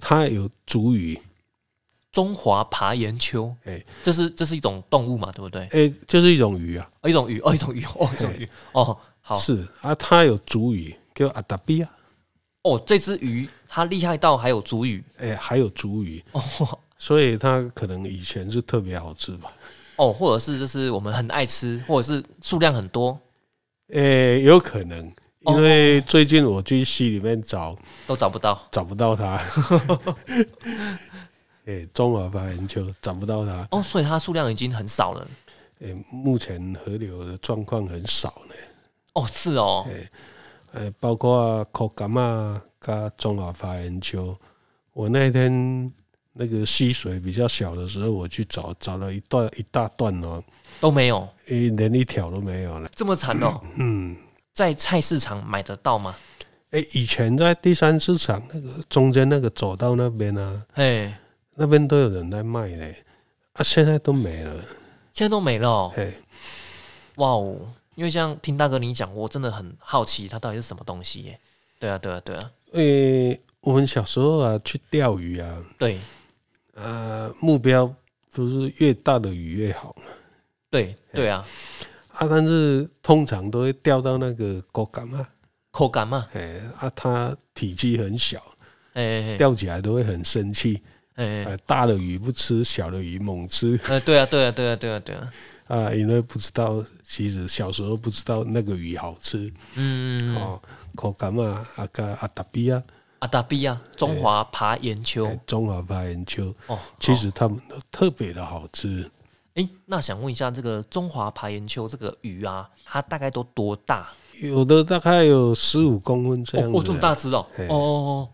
Speaker 2: 它有主语，
Speaker 1: 中华爬岩鳅，
Speaker 2: 哎
Speaker 1: 这是这是一种动物嘛，对不对？
Speaker 2: 哎、就是一种鱼啊，
Speaker 1: 哦一种鱼，哦，一种鱼，哦，一种鱼，哦，好，
Speaker 2: 是啊，它有主语叫阿达比啊，
Speaker 1: 哦，这只鱼它厉害到还有主语，
Speaker 2: 哎、还有主语，
Speaker 1: 哦
Speaker 2: 所以它可能以前是特别好吃吧。
Speaker 1: 哦，或者是就是我们很爱吃，或者是数量很多
Speaker 2: 诶、哎有可能，
Speaker 1: 哦
Speaker 2: 因为最近我去溪里面找，
Speaker 1: 都找不到。
Speaker 2: 找不到它。诶、中华白岩鳅找不到它。
Speaker 1: 哦，所以它数量已经很少了。
Speaker 2: 诶、目前河流的状况很少呢。
Speaker 1: 哦，是哦，
Speaker 2: 诶、包括口干嘛跟中华白岩鳅，我那天那个溪水比较小的时候，我去找，找了一段一大段哦，
Speaker 1: 都没有，
Speaker 2: 诶、连一条都没有了。
Speaker 1: 这么惨哦。
Speaker 2: 嗯，
Speaker 1: 在菜市场买得到吗？
Speaker 2: 诶、以前在第三市场那个中间那个走道那边啊，
Speaker 1: 嘿，
Speaker 2: 那边都有人在卖嘞，啊，现在都没了。
Speaker 1: 现在都没了、哦。
Speaker 2: 嘿，
Speaker 1: 哇哦，因为像听大哥你讲，我真的很好奇它到底是什么东西耶。对啊，对啊，对啊，
Speaker 2: 诶、我们小时候啊，去钓鱼啊，
Speaker 1: 对
Speaker 2: 啊，目标都是越大的鱼越好嘛。
Speaker 1: 对对啊，
Speaker 2: 啊，但是通常都会钓到那个钩竿啊，
Speaker 1: 口感嘛，
Speaker 2: 哎，啊，它体积很小，
Speaker 1: 哎哎哎
Speaker 2: 钓起来都会很生气。
Speaker 1: 哎，哎
Speaker 2: 啊，大的鱼不吃，小的鱼猛吃
Speaker 1: 呃，对啊，对啊，对啊，对啊，对啊，
Speaker 2: 啊，因为不知道，其实小时候不知道那个鱼好吃
Speaker 1: 嗯，
Speaker 2: 哦。钩竿啊，啊跟阿达比啊，
Speaker 1: 阿达比亚中华爬岩
Speaker 2: 哎
Speaker 1: 鳅
Speaker 2: 中华白岩鳅。
Speaker 1: 哦，
Speaker 2: 其
Speaker 1: 哦
Speaker 2: 实它们都特别的好吃。
Speaker 1: 诶，那想问一下，这个中华爬岩鳅这个鱼啊，它大概都多大？
Speaker 2: 有的大概有十五公分这样子、啊
Speaker 1: 哦，哦这么大只哦！
Speaker 2: 嘿
Speaker 1: 哦哦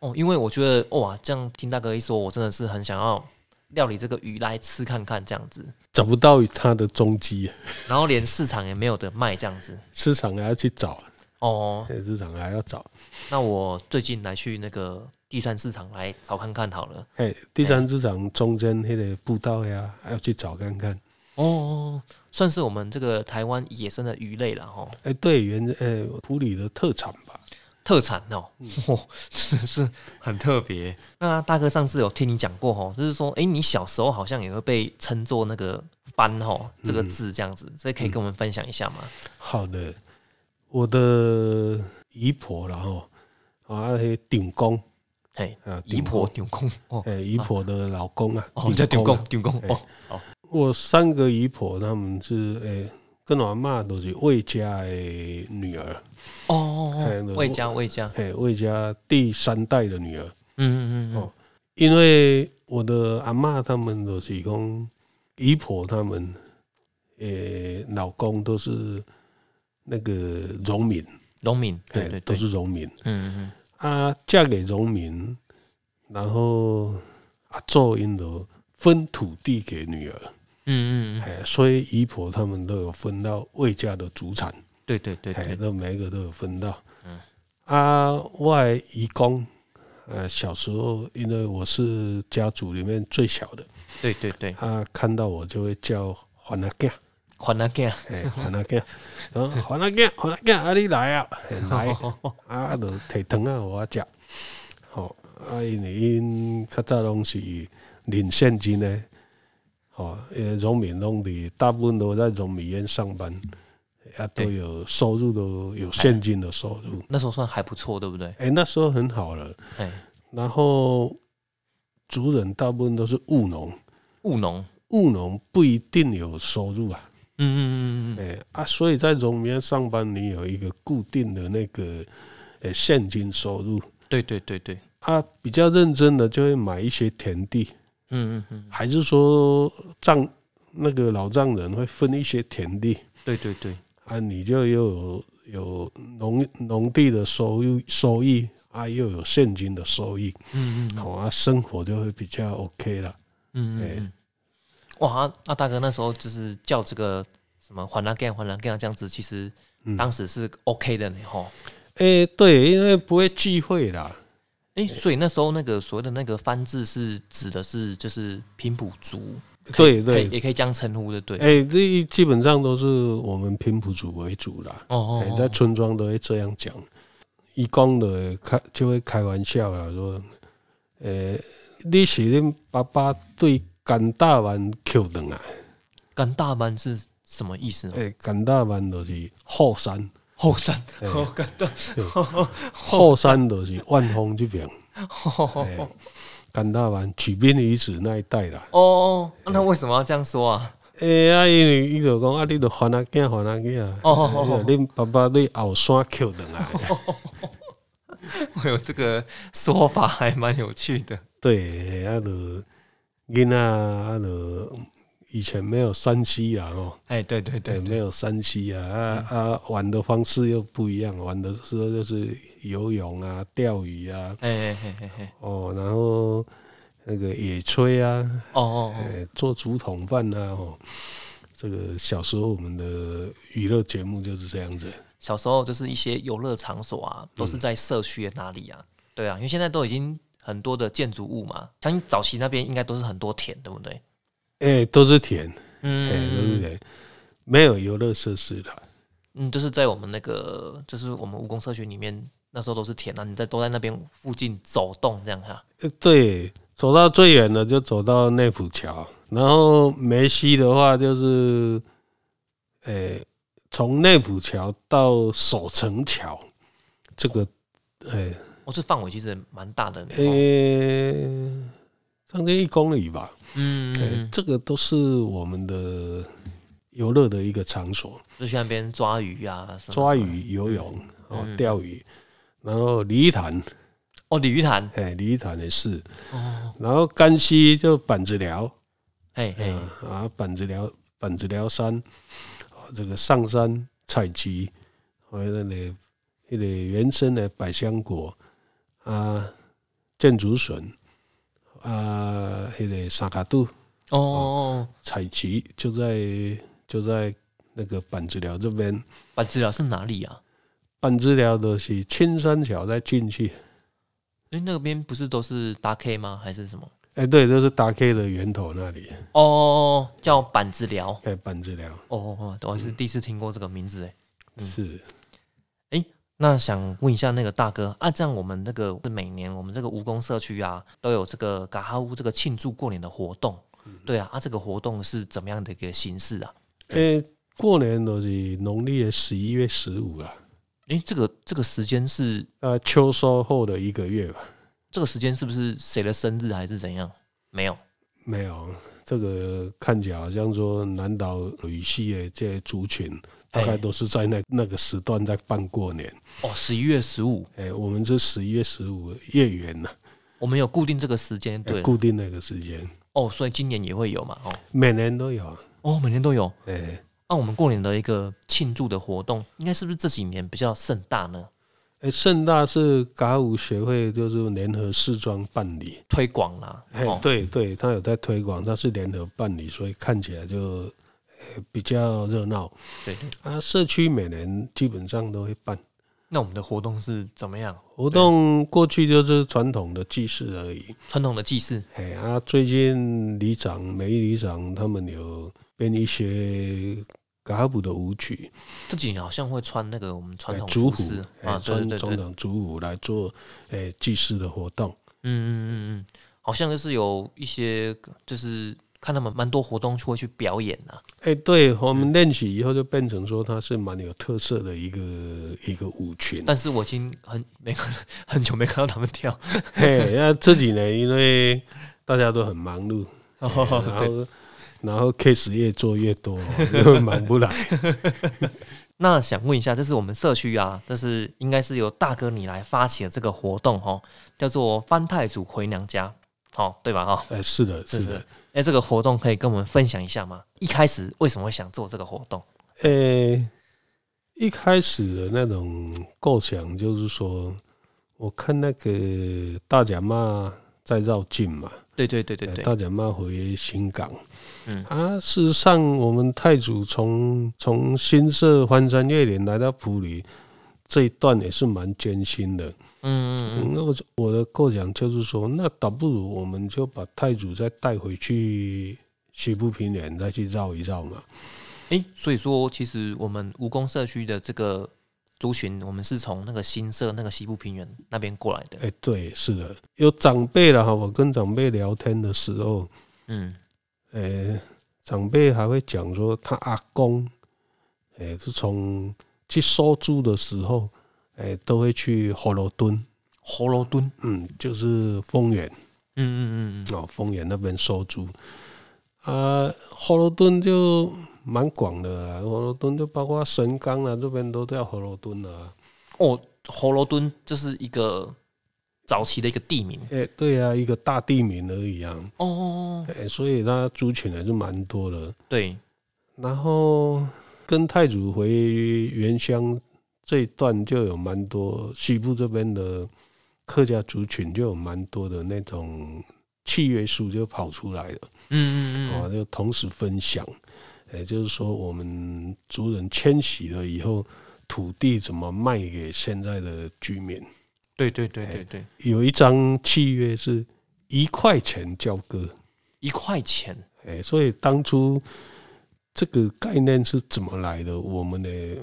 Speaker 1: 哦，哦，因为我觉得哇，这样听大哥一说，我真的是很想要料理这个鱼来吃看看这样子，
Speaker 2: 找不到它的踪迹，
Speaker 1: 然后连市场也没有得卖这样子。
Speaker 2: 市场还要去找，
Speaker 1: 哦，
Speaker 2: 哎市场还要找。
Speaker 1: 那我最近来去那个第三市场来找看看好了。
Speaker 2: 哎，第三市场中间那个步道呀，还要去找看看。
Speaker 1: 哦哦，哦算是我们这个台湾野生的鱼类了哈、哦，
Speaker 2: 哎，对，原呃普里的特产吧。
Speaker 1: 特产哦，
Speaker 2: 嗯
Speaker 1: 哦，是是很特别。那大哥上次有听你讲过哦，就是说，诶，你小时候好像也会被称作那个“番”哦，
Speaker 2: 嗯
Speaker 1: 这个字这样子，这可以跟我们分享一下吗？
Speaker 2: 好的，我的姨婆然后啊，那顶公
Speaker 1: 嘿，
Speaker 2: 啊，
Speaker 1: 姨
Speaker 2: 顶
Speaker 1: 婆
Speaker 2: 公，
Speaker 1: 顶公哦，
Speaker 2: 哎，姨婆的老公啊，
Speaker 1: 哦，叫顶
Speaker 2: 公啊
Speaker 1: 公，顶公
Speaker 2: 嘿
Speaker 1: 哦，好，
Speaker 2: 我三个姨婆，她们是诶、跟我阿嬷都是魏家的女儿，
Speaker 1: 哦哦
Speaker 2: 嘿
Speaker 1: 哦，魏家魏家，
Speaker 2: 诶、魏家第三代的女儿。
Speaker 1: 嗯嗯嗯嗯
Speaker 2: 哦，因为我的阿嬷她们都是讲姨婆她们，诶、老公都是那个农民，
Speaker 1: 农民，
Speaker 2: 诶、
Speaker 1: 对对
Speaker 2: 都
Speaker 1: 对，
Speaker 2: 是农民
Speaker 1: 嗯嗯
Speaker 2: 啊，嫁给农民，然后啊，做因都分土地给女儿，
Speaker 1: 嗯嗯嗯，
Speaker 2: 哎、所以姨婆她们都有分到魏家的主产。
Speaker 1: 对对对
Speaker 2: 哎，
Speaker 1: 对，嗯
Speaker 2: 都每一个都有分到。啊，我的姨公，呃，小时候因为我是家族里面最小的，
Speaker 1: 对对对，
Speaker 2: 他看到我就会叫还阿囝，
Speaker 1: 款那个，
Speaker 2: 哎，还阿囝， 然后还阿囝，还阿囝，啊，你来啊，哎来，啊，就提糖啊，我食。吼，啊，因为因较早拢是领现金呢，吼，呃，农民拢伫大部分都在农民院上班，啊，都
Speaker 1: 对
Speaker 2: 有收入都有现金的收入。
Speaker 1: 那时候算还不错，对不对？
Speaker 2: 哎、那时候很好了。
Speaker 1: 哎，
Speaker 2: 然后族人大部分都是务农，
Speaker 1: 务农，
Speaker 2: 务农不一定有收入啊。
Speaker 1: 嗯嗯嗯嗯嗯，
Speaker 2: 哎、啊，所以在农民上班，你有一个固定的那个呃、现金收入
Speaker 1: 对对对对，
Speaker 2: 啊。比较认真的就会买一些田地，
Speaker 1: 嗯嗯嗯，
Speaker 2: 还是说丈那个老丈人会分一些田地
Speaker 1: 对对对，
Speaker 2: 啊，你就又有有农农地的收入收益啊，又有现金的收益。
Speaker 1: 嗯嗯嗯
Speaker 2: 好啊，生活就会比较 OK 了。
Speaker 1: 嗯嗯
Speaker 2: 哎
Speaker 1: 嗯，哇，啊啊大哥那时候就是叫这个什么还拉干还拉干这样子，其实
Speaker 2: 嗯
Speaker 1: 当时是 OK 的呢吼。
Speaker 2: 诶、对，因为不会忌讳啦。
Speaker 1: 哎、所以那时候那个所谓的那个番字是指的是就是平埔族，
Speaker 2: 对
Speaker 1: 可以
Speaker 2: 对，
Speaker 1: 也可以这样称呼的，对。
Speaker 2: 诶、这基本上都是我们平埔族为主啦。
Speaker 1: 哦哦
Speaker 2: 诶、
Speaker 1: 哦
Speaker 2: 在村庄都会这样讲。义工的开就会开玩笑啦，说，诶、你是恁爸爸对甘大湾捡回来？
Speaker 1: 干大班是什么意思呢？
Speaker 2: 啊
Speaker 1: 哦
Speaker 2: 诶、甘大湾就是后山，
Speaker 1: 后山，
Speaker 2: 哎
Speaker 1: 好感动，
Speaker 2: 后山就是万峰这边，
Speaker 1: 哦
Speaker 2: 诶、甘大湾曲滨遗址那一带 啦。
Speaker 1: 哦，那为什么要这样说啊？
Speaker 2: 诶、啊，因为伊就讲啊，你就还啊囝，还啊囝。
Speaker 1: 哦哦哦
Speaker 2: 哎恁爸爸对后山啊捡回来。
Speaker 1: 我有这个说法还蛮有趣的。
Speaker 2: 对，啊，就囡仔啊，就以前没有山西啊，哦，
Speaker 1: 哎，对对嗯
Speaker 2: 对，
Speaker 1: 对，
Speaker 2: 没有山西啊，啊啊，玩的方式又不一样，玩的时候就是游泳啊、钓鱼啊，
Speaker 1: 哎哎哎哎哎，
Speaker 2: 哦，然后那个野炊啊，
Speaker 1: 哦哦哦，
Speaker 2: 呃，做竹筒饭啊，哦，这个小时候我们的娱乐节目就是这样子，
Speaker 1: 小时候就是一些游乐场所啊，都是在社区的哪里啊？对啊，因为现在都已经很多的建筑物嘛，相信早期那边应该都是很多田，对不对？
Speaker 2: 哎，都是田，哎，都是
Speaker 1: 嗯
Speaker 2: 田，没有游乐设施的，
Speaker 1: 嗯，就是在我们那个，就是我们务工社区里面，那时候都是田啊，你在都在那边附近走动这样哈、
Speaker 2: 呃对，走到最远的就走到内浦桥，然后梅西的话就是，呃、从内浦桥到守城桥，这个，呃、
Speaker 1: 哦，这范围其实蛮大的。
Speaker 2: 呃、
Speaker 1: 哦
Speaker 2: 将近一公里吧。
Speaker 1: 嗯，嗯
Speaker 2: 呃
Speaker 1: 嗯
Speaker 2: 这个都是我们的游乐的一个场所，
Speaker 1: 就去那边抓鱼啊，什么
Speaker 2: 抓
Speaker 1: 什么的。
Speaker 2: 鱼、游泳、哦
Speaker 1: 嗯
Speaker 2: 钓鱼，然后鲤鱼潭，
Speaker 1: 哦，鲤鱼潭。
Speaker 2: 哎、鲤鱼潭也是，
Speaker 1: 哦，
Speaker 2: 然后干溪就板子寮。
Speaker 1: 嘿嘿，
Speaker 2: 啊啊，板子寮板子寮山，啊这个上山采集，还有那里那个原生的百香果啊，箭竹笋啊，那个沙卡杜
Speaker 1: 哦哦，哦
Speaker 2: 采集就在就在那个板子寮这边，
Speaker 1: 板子寮是哪里啊？
Speaker 2: 板子寮的是青山桥再进去，
Speaker 1: 因为那边不是都是搭 K 吗？还是什么？
Speaker 2: 哎、对，就是达 K 的源头那里，
Speaker 1: 哦哦，哦叫板子寮。哦
Speaker 2: 哎，板子寮
Speaker 1: 哦，哦我是第一次听过这个名字哎。嗯
Speaker 2: 是
Speaker 1: 那想问一下那个大哥，啊，这样我们那个是每年我们这个蜈蚣社区啊，都有这个嘎哈乌这个庆祝过年的活动，对啊，啊，这个活动是怎么样的一个形式啊？
Speaker 2: 哎、过年都是农历的十一月十五啊。
Speaker 1: 诶，这个这个时间是
Speaker 2: 呃，秋收后的一个月吧，
Speaker 1: 这个时间是不是谁的生日还是怎样？没有
Speaker 2: 没有这个看起来好像说南岛语系的这些族群，大概
Speaker 1: 哎
Speaker 2: 都是在那那个时段在办过年。
Speaker 1: 哦，十一月十五，
Speaker 2: 哎、我们是十一月十五月圆呐、
Speaker 1: 我们有固定这个时间，
Speaker 2: 哎
Speaker 1: 对
Speaker 2: 固定那个时间，
Speaker 1: 哦，所以今年也会有嘛，哦
Speaker 2: 每年都有啊。
Speaker 1: 哦，每年都有。
Speaker 2: 哎、
Speaker 1: 那、我们过年的一个庆祝的活动，应该是不是这几年比较盛大呢？
Speaker 2: 哎，盛大是嘎舞协会就是联合试装办理，
Speaker 1: 推广啦，
Speaker 2: 哎、
Speaker 1: 哦，
Speaker 2: 对对，他有在推广，他是联合办理，所以看起来就、哎比较热闹
Speaker 1: 对对。
Speaker 2: 啊。社区每年基本上都会办。
Speaker 1: 那我们的活动是怎么样？
Speaker 2: 活动过去就是传统的祭祀而已。
Speaker 1: 传统的祭祀，
Speaker 2: 哎啊，最近里长、美丽里长他们有编一些嘎布的舞曲，
Speaker 1: 这几年好像会穿那个我们传
Speaker 2: 哎
Speaker 1: 统
Speaker 2: 竹
Speaker 1: 服
Speaker 2: 虎
Speaker 1: 饰，
Speaker 2: 哎
Speaker 1: 啊，对
Speaker 2: 传
Speaker 1: 对对
Speaker 2: 传
Speaker 1: 对，
Speaker 2: 统竹舞来做哎祭祀的活动。
Speaker 1: 嗯嗯嗯嗯，好像就是有一些就是看他们蛮多活动会去表演啊呐、
Speaker 2: 哎，对我们练习以后就变成说它是蛮有特色的一个一个舞群。
Speaker 1: 但是我已经很没看很久没看到他们跳，
Speaker 2: 嘿，那这几年因为大家都很忙碌，
Speaker 1: 哦
Speaker 2: 然后然后 case 越做越多， 就忙不来。
Speaker 1: 那想问一下，就是我们社区啊，就是应该是由大哥你来发起的这个活动哦，叫做翻太祖回娘家，好、对吧？哈、哦
Speaker 2: 哎，是的，是的。。
Speaker 1: 哎、这个活动可以跟我们分享一下吗？一开始为什么会想做这个活动？
Speaker 2: 呃、一开始的那种构想就是说，我看那个大甲妈在绕境嘛，
Speaker 1: 对对对对
Speaker 2: 呃
Speaker 1: 对，
Speaker 2: 大甲妈回新港，
Speaker 1: 嗯
Speaker 2: 啊，事实上我们太祖从从新社翻山越岭来到普里。这一段也是蛮艰辛的。
Speaker 1: 嗯嗯嗯，
Speaker 2: 那我我的构想就是说，那倒不如我们就把太祖再带回去西部平原，再去绕一绕嘛。
Speaker 1: 哎、所以说其实我们蜈蚣社区的这个族群，我们是从那个新社那个西部平原那边过来的。
Speaker 2: 哎、对，是的，有长辈了哈。我跟长辈聊天的时候，
Speaker 1: 嗯，
Speaker 2: 呃、长辈还会讲说，他阿公，哎、是从去收租的时候，哎、都会去火罗墩，
Speaker 1: 喉咙墩，
Speaker 2: 嗯，就是丰原
Speaker 1: 嗯嗯嗯嗯，
Speaker 2: 哦，丰原那边收租。啊，火罗墩就蛮广的啦，火罗墩就包括神冈啦，这边都叫火罗墩啦。
Speaker 1: 哦，喉咙墩这是一个早期的一个地名。
Speaker 2: 哎、对呀、啊，一个大地名而已啊，
Speaker 1: 哦哦，哦
Speaker 2: 哎、所以它族群还是蛮多的。
Speaker 1: 对，
Speaker 2: 然后跟太祖回原乡这一段就有蛮多西部这边的客家族群就有蛮多的那种契约书就跑出来了，
Speaker 1: 嗯嗯
Speaker 2: 啊，
Speaker 1: 嗯，
Speaker 2: 就同时分享，也就是说我们族人迁徙了以后，土地怎么卖给现在的居民？
Speaker 1: 对对对对对，
Speaker 2: 有一张契约是一块钱交割，
Speaker 1: 一块钱，
Speaker 2: 哎、所以当初这个概念是怎么来的，我们也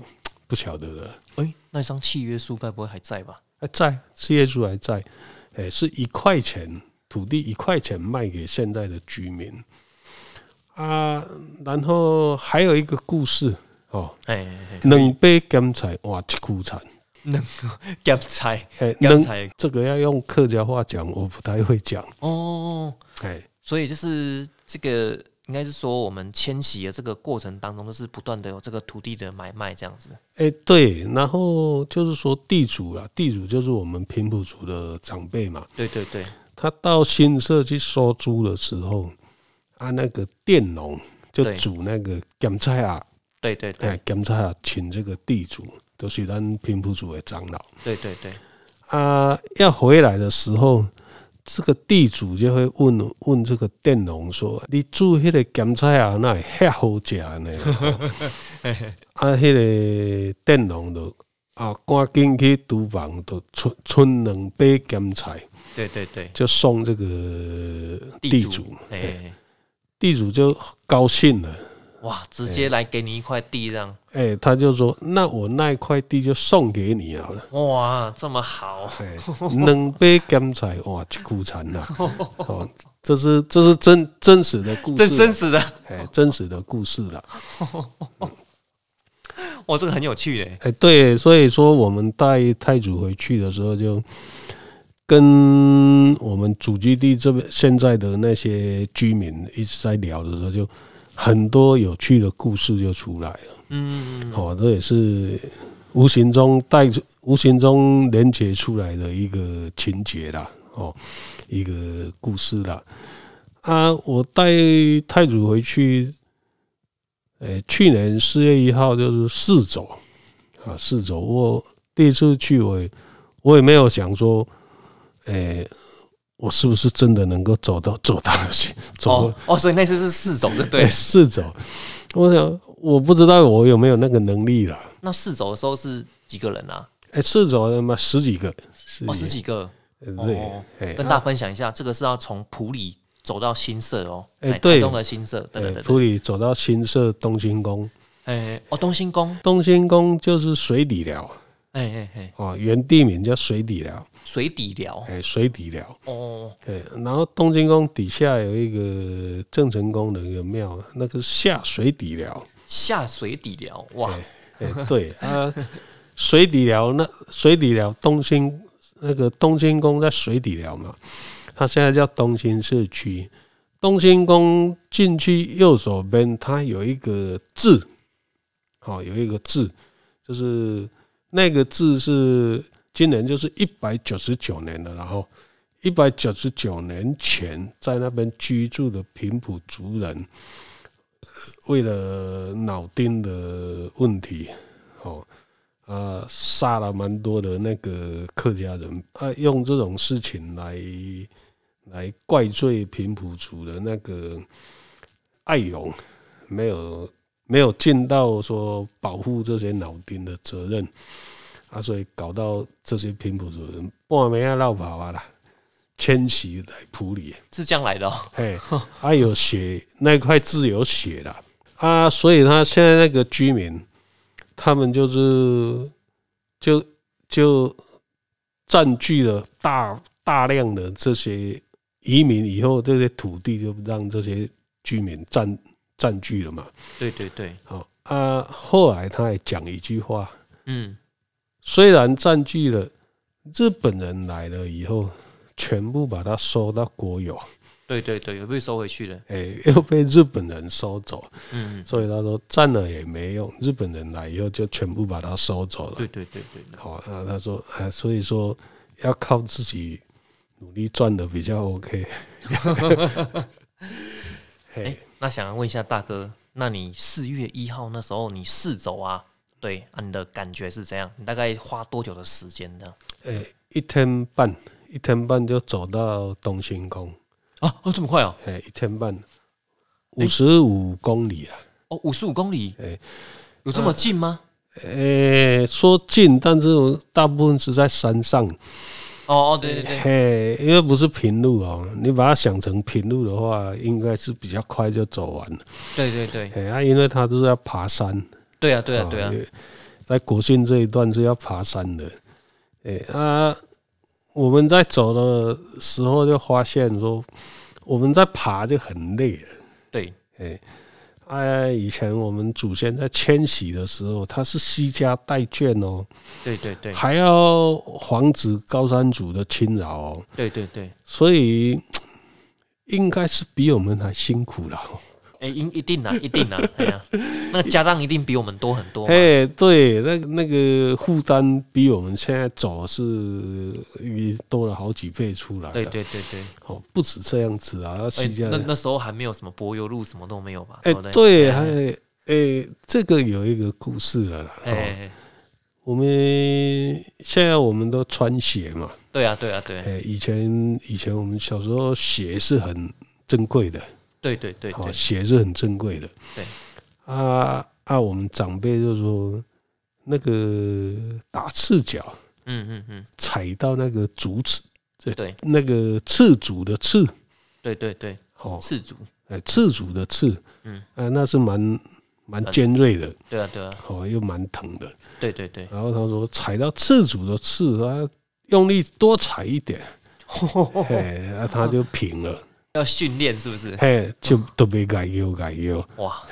Speaker 2: 不晓得了。
Speaker 1: 哎，那张契约书该不会还在吧？
Speaker 2: 还在，事业主还在，哎、是一块钱土地一块钱卖给现在的居民啊。然后还有一个故事哦，
Speaker 1: 哎哎，哎
Speaker 2: 两杯甘菜哇，一苦惨。
Speaker 1: 夹菜
Speaker 2: 哎、
Speaker 1: 夹
Speaker 2: 两
Speaker 1: 菜，
Speaker 2: 这个要用客家话讲，我不太会讲。
Speaker 1: 哦哦，哦
Speaker 2: 哎、
Speaker 1: 所以就是这个，应该是说我们迁徙的这个过程当中，就是不断的有这个土地的买卖这样子。
Speaker 2: 哎、对，然后就是说地主啦，地主就是我们平埔族的长辈嘛。
Speaker 1: 对对对，
Speaker 2: 他到新社去收租的时候，啊，那个佃农就
Speaker 1: 对
Speaker 2: 煮那个甘菜啊，
Speaker 1: 对对对
Speaker 2: 哎，检查请这个地主，都、是咱平埔族的长老
Speaker 1: 对对对，
Speaker 2: 啊。要回来的时候，这个地主就会问问这个佃农说：“你煮迄个检查啊，那遐好食呢？” 啊，迄、个佃农就啊，赶紧去厨房，就剩剩两杯咸菜，
Speaker 1: 对对对，
Speaker 2: 就送这个地
Speaker 1: 地
Speaker 2: 主。
Speaker 1: 主，哎哎，哎
Speaker 2: 地主就高兴了，
Speaker 1: 哇，直接来给你一块地这样，
Speaker 2: 哎、他就说：“那我那一块地就送给你好了。”
Speaker 1: 哇，这么好，
Speaker 2: 哎，两杯甘菜哇，一苦惨呐！哦，这是这是真真实的故
Speaker 1: 这
Speaker 2: 事，啊
Speaker 1: 真实的，
Speaker 2: 哎，真实的故事了。
Speaker 1: 哇，这个很有趣哎，
Speaker 2: 哎，对，所以说我们带太祖回去的时候，就跟我们祖基地这边现在的那些居民一直在聊的时候，就很多有趣的故事就出来了。
Speaker 1: 嗯，
Speaker 2: 好、哦这也是无形中带无形中连接出来的一个情节啦，哦，一个故事啦。啊，我带太祖回去，呃、去年四月一号就是四走啊，四走。我第一次去我也，我也没有想说，呃、我是不是真的能够走到走到走
Speaker 1: 哦哦，所以那次是四种，对不对
Speaker 2: 哎，四走。我想，我不知道我有没有那个能力啦。
Speaker 1: 那四走的时候是几个人啊？
Speaker 2: 哎，四走他妈十几个，十
Speaker 1: 哦，十几个，
Speaker 2: 呃
Speaker 1: 哦
Speaker 2: 对
Speaker 1: 哦，
Speaker 2: 哎，
Speaker 1: 跟大家分享一下，这个是要从普里走到新社哦，
Speaker 2: 哎
Speaker 1: 哎
Speaker 2: 对
Speaker 1: 台中的新社，对
Speaker 2: 哎
Speaker 1: 对，对对，
Speaker 2: 普里走到新社东兴宫，
Speaker 1: 哎，哦，东兴宫，
Speaker 2: 东兴宫就是水底寮
Speaker 1: 哎哎哎，
Speaker 2: 啊，原地名叫水底寮，
Speaker 1: 水底寮，
Speaker 2: 哎，水底寮。
Speaker 1: 哦，
Speaker 2: 对，然后东兴宫底下有一个郑成功的一个庙，那个下水底寮。
Speaker 1: 下水底寮，哇，
Speaker 2: 哎，对啊，水底寮那水底寮东兴那个东兴宫在水底寮嘛，它现在叫东兴社区。东兴宫进去右手边，它有一个字，好、有一个字，就是那个字是今年就是一百九十九年了，然后一百九十九年前在那边居住的平埔族人，为了脑丁的问题，哦，啊，杀了蛮多的那个客家人，啊，用这种事情来来怪罪平埔族的那个爱勇，没有没有尽到说保护这些脑丁的责任，啊，所以搞到这些平埔族人半暝啊绕跑啊啦，迁徙来埔里。
Speaker 1: 是这样来的哦，
Speaker 2: 嘿，啊有写那块字有写的啊，所以他现在那个居民，他们就是就就占据了大大量的这些移民以后，这些土地就让这些居民占占据了嘛。
Speaker 1: 对对对，
Speaker 2: 好啊，后来他也讲一句话，
Speaker 1: 嗯，
Speaker 2: 虽然占据了，日本人来了以后，全部把它收到国有，
Speaker 1: 对对对，有被收回去了，
Speaker 2: 哎、又被日本人收走，
Speaker 1: 嗯，
Speaker 2: 所以他说占了也没用，日本人来以后就全部把它收走了
Speaker 1: 对。对对对对，
Speaker 2: 好，那他说，哎，所以说要靠自己努力赚的比较 OK。
Speaker 1: 哎、
Speaker 2: 嘿，
Speaker 1: 那想要问一下大哥，那你四月一号那时候你试走啊？对啊，你的感觉是怎样？你大概花多久的时间这样？
Speaker 2: 哎，一天半，一天半就走到东兴宫，
Speaker 1: 啊，哦，这么快哦，
Speaker 2: 哎，一天半，
Speaker 1: 哎
Speaker 2: 五十五公里啊。
Speaker 1: 哦，五十五公里，
Speaker 2: 哎
Speaker 1: 有这么近吗？
Speaker 2: 诶、呃说近，但是我大部分是在山上，
Speaker 1: 哦哦，对对对，
Speaker 2: 嘿，因为不是平路哦。你把它想成平路的话，应该是比较快就走完了。
Speaker 1: 对对对，
Speaker 2: 嘿啊，因为它都是要爬山，
Speaker 1: 对啊对啊对啊，
Speaker 2: 哦也在国庆这一段是要爬山的。诶、啊，我们在走的时候就发现说，我们在爬就很累了。
Speaker 1: 对，
Speaker 2: 哎，哎，以前我们祖先在迁徙的时候，他是惜家带眷哦、
Speaker 1: 对对对，
Speaker 2: 还要防止高山族的侵扰哦，
Speaker 1: 对对对，
Speaker 2: 所以嘖应该是比我们还辛苦了哦。
Speaker 1: 哎，一一定 啊，一定啊，哎呀，那个家当一定比我们多很多嘛，
Speaker 2: 哎，对，那那个负担比我们现在走是也多了好几倍出来
Speaker 1: 对
Speaker 2: 了。
Speaker 1: 对对对，
Speaker 2: 哦，不止这样子啊，要
Speaker 1: 哎
Speaker 2: 西家
Speaker 1: 那那时候还没有什么柏油路，什么都没有吧？
Speaker 2: 哎
Speaker 1: 不，
Speaker 2: 对，还哎，这个有一个故事了啦。
Speaker 1: 哎
Speaker 2: 哦，
Speaker 1: 哎，
Speaker 2: 我们现在我们都穿鞋嘛，
Speaker 1: 对啊对啊对啊，
Speaker 2: 哎，以前以前我们小时候鞋是很珍贵的。
Speaker 1: 对对对
Speaker 2: 好、
Speaker 1: 对，
Speaker 2: 血哦是很珍贵的。
Speaker 1: 对，
Speaker 2: 啊啊，我们长辈就说那个打赤脚
Speaker 1: 嗯嗯嗯，
Speaker 2: 踩到那个竹刺，
Speaker 1: 对
Speaker 2: 那个赤足的赤，
Speaker 1: 对对对，
Speaker 2: 哦，
Speaker 1: 赤足，
Speaker 2: 哎，赤足的赤，
Speaker 1: 嗯
Speaker 2: 啊，那是蛮蛮尖锐的，
Speaker 1: 对啊对啊，
Speaker 2: 哦，又蛮疼的。
Speaker 1: 对对对，
Speaker 2: 然后他说踩到赤足的赤，啊，用力多踩一 点，嘿，啊，他就平了，
Speaker 1: 要训练是不是？
Speaker 2: 嘿，就都没改腰改腰。
Speaker 1: 哇，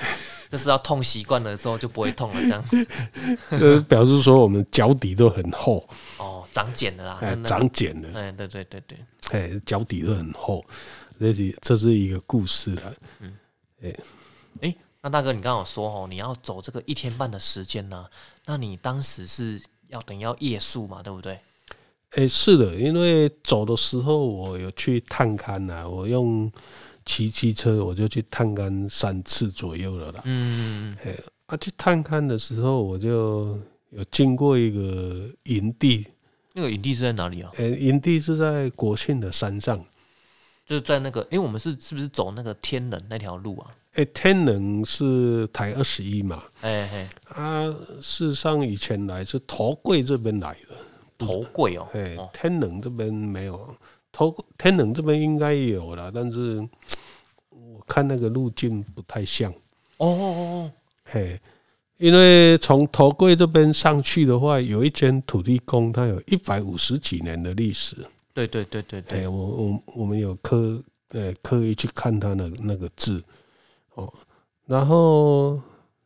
Speaker 1: 就是要痛习惯了之后就不会痛了，这样
Speaker 2: 呃，表示说我们脚底都很厚，
Speaker 1: 哦，长茧了啦，
Speaker 2: 哎，
Speaker 1: 真的
Speaker 2: 长，茧了，
Speaker 1: 哎，对对对对，
Speaker 2: 哎，脚底都很厚，这是这是一个故事了。
Speaker 1: 哎，那大哥，你刚好说哦，你要走这个一天半的时间呢、那你当时是要等于要夜宿嘛，对不对？
Speaker 2: 哎，是的，因为走的时候我有去探勘啊，我用骑机车我就去探勘三次左右了啦。
Speaker 1: 嗯，
Speaker 2: 啊，去探勘的时候我就有经过一个营地，
Speaker 1: 那个营地是在哪里啊？
Speaker 2: 呃，营地是在国庆的山上。
Speaker 1: 就是在那个，因为我们是是不是走那个天冷那条路啊？
Speaker 2: 哎，天能是台二十一嘛，
Speaker 1: 哎嘿，
Speaker 2: 啊，事实上以前来是头贵这边来的。
Speaker 1: 头贵哦，
Speaker 2: 哎
Speaker 1: 哦，
Speaker 2: 天冷这边没有，头天冷这边应该有了，但是我看那个路径不太像。
Speaker 1: 哦哦
Speaker 2: 嘿，因为从头柜这边上去的话，有一间土地公，它有一百五十几年的历史。
Speaker 1: 哦，对对对对对，
Speaker 2: 哎，我我我们有刻呃刻意去看它的那个字哦，然后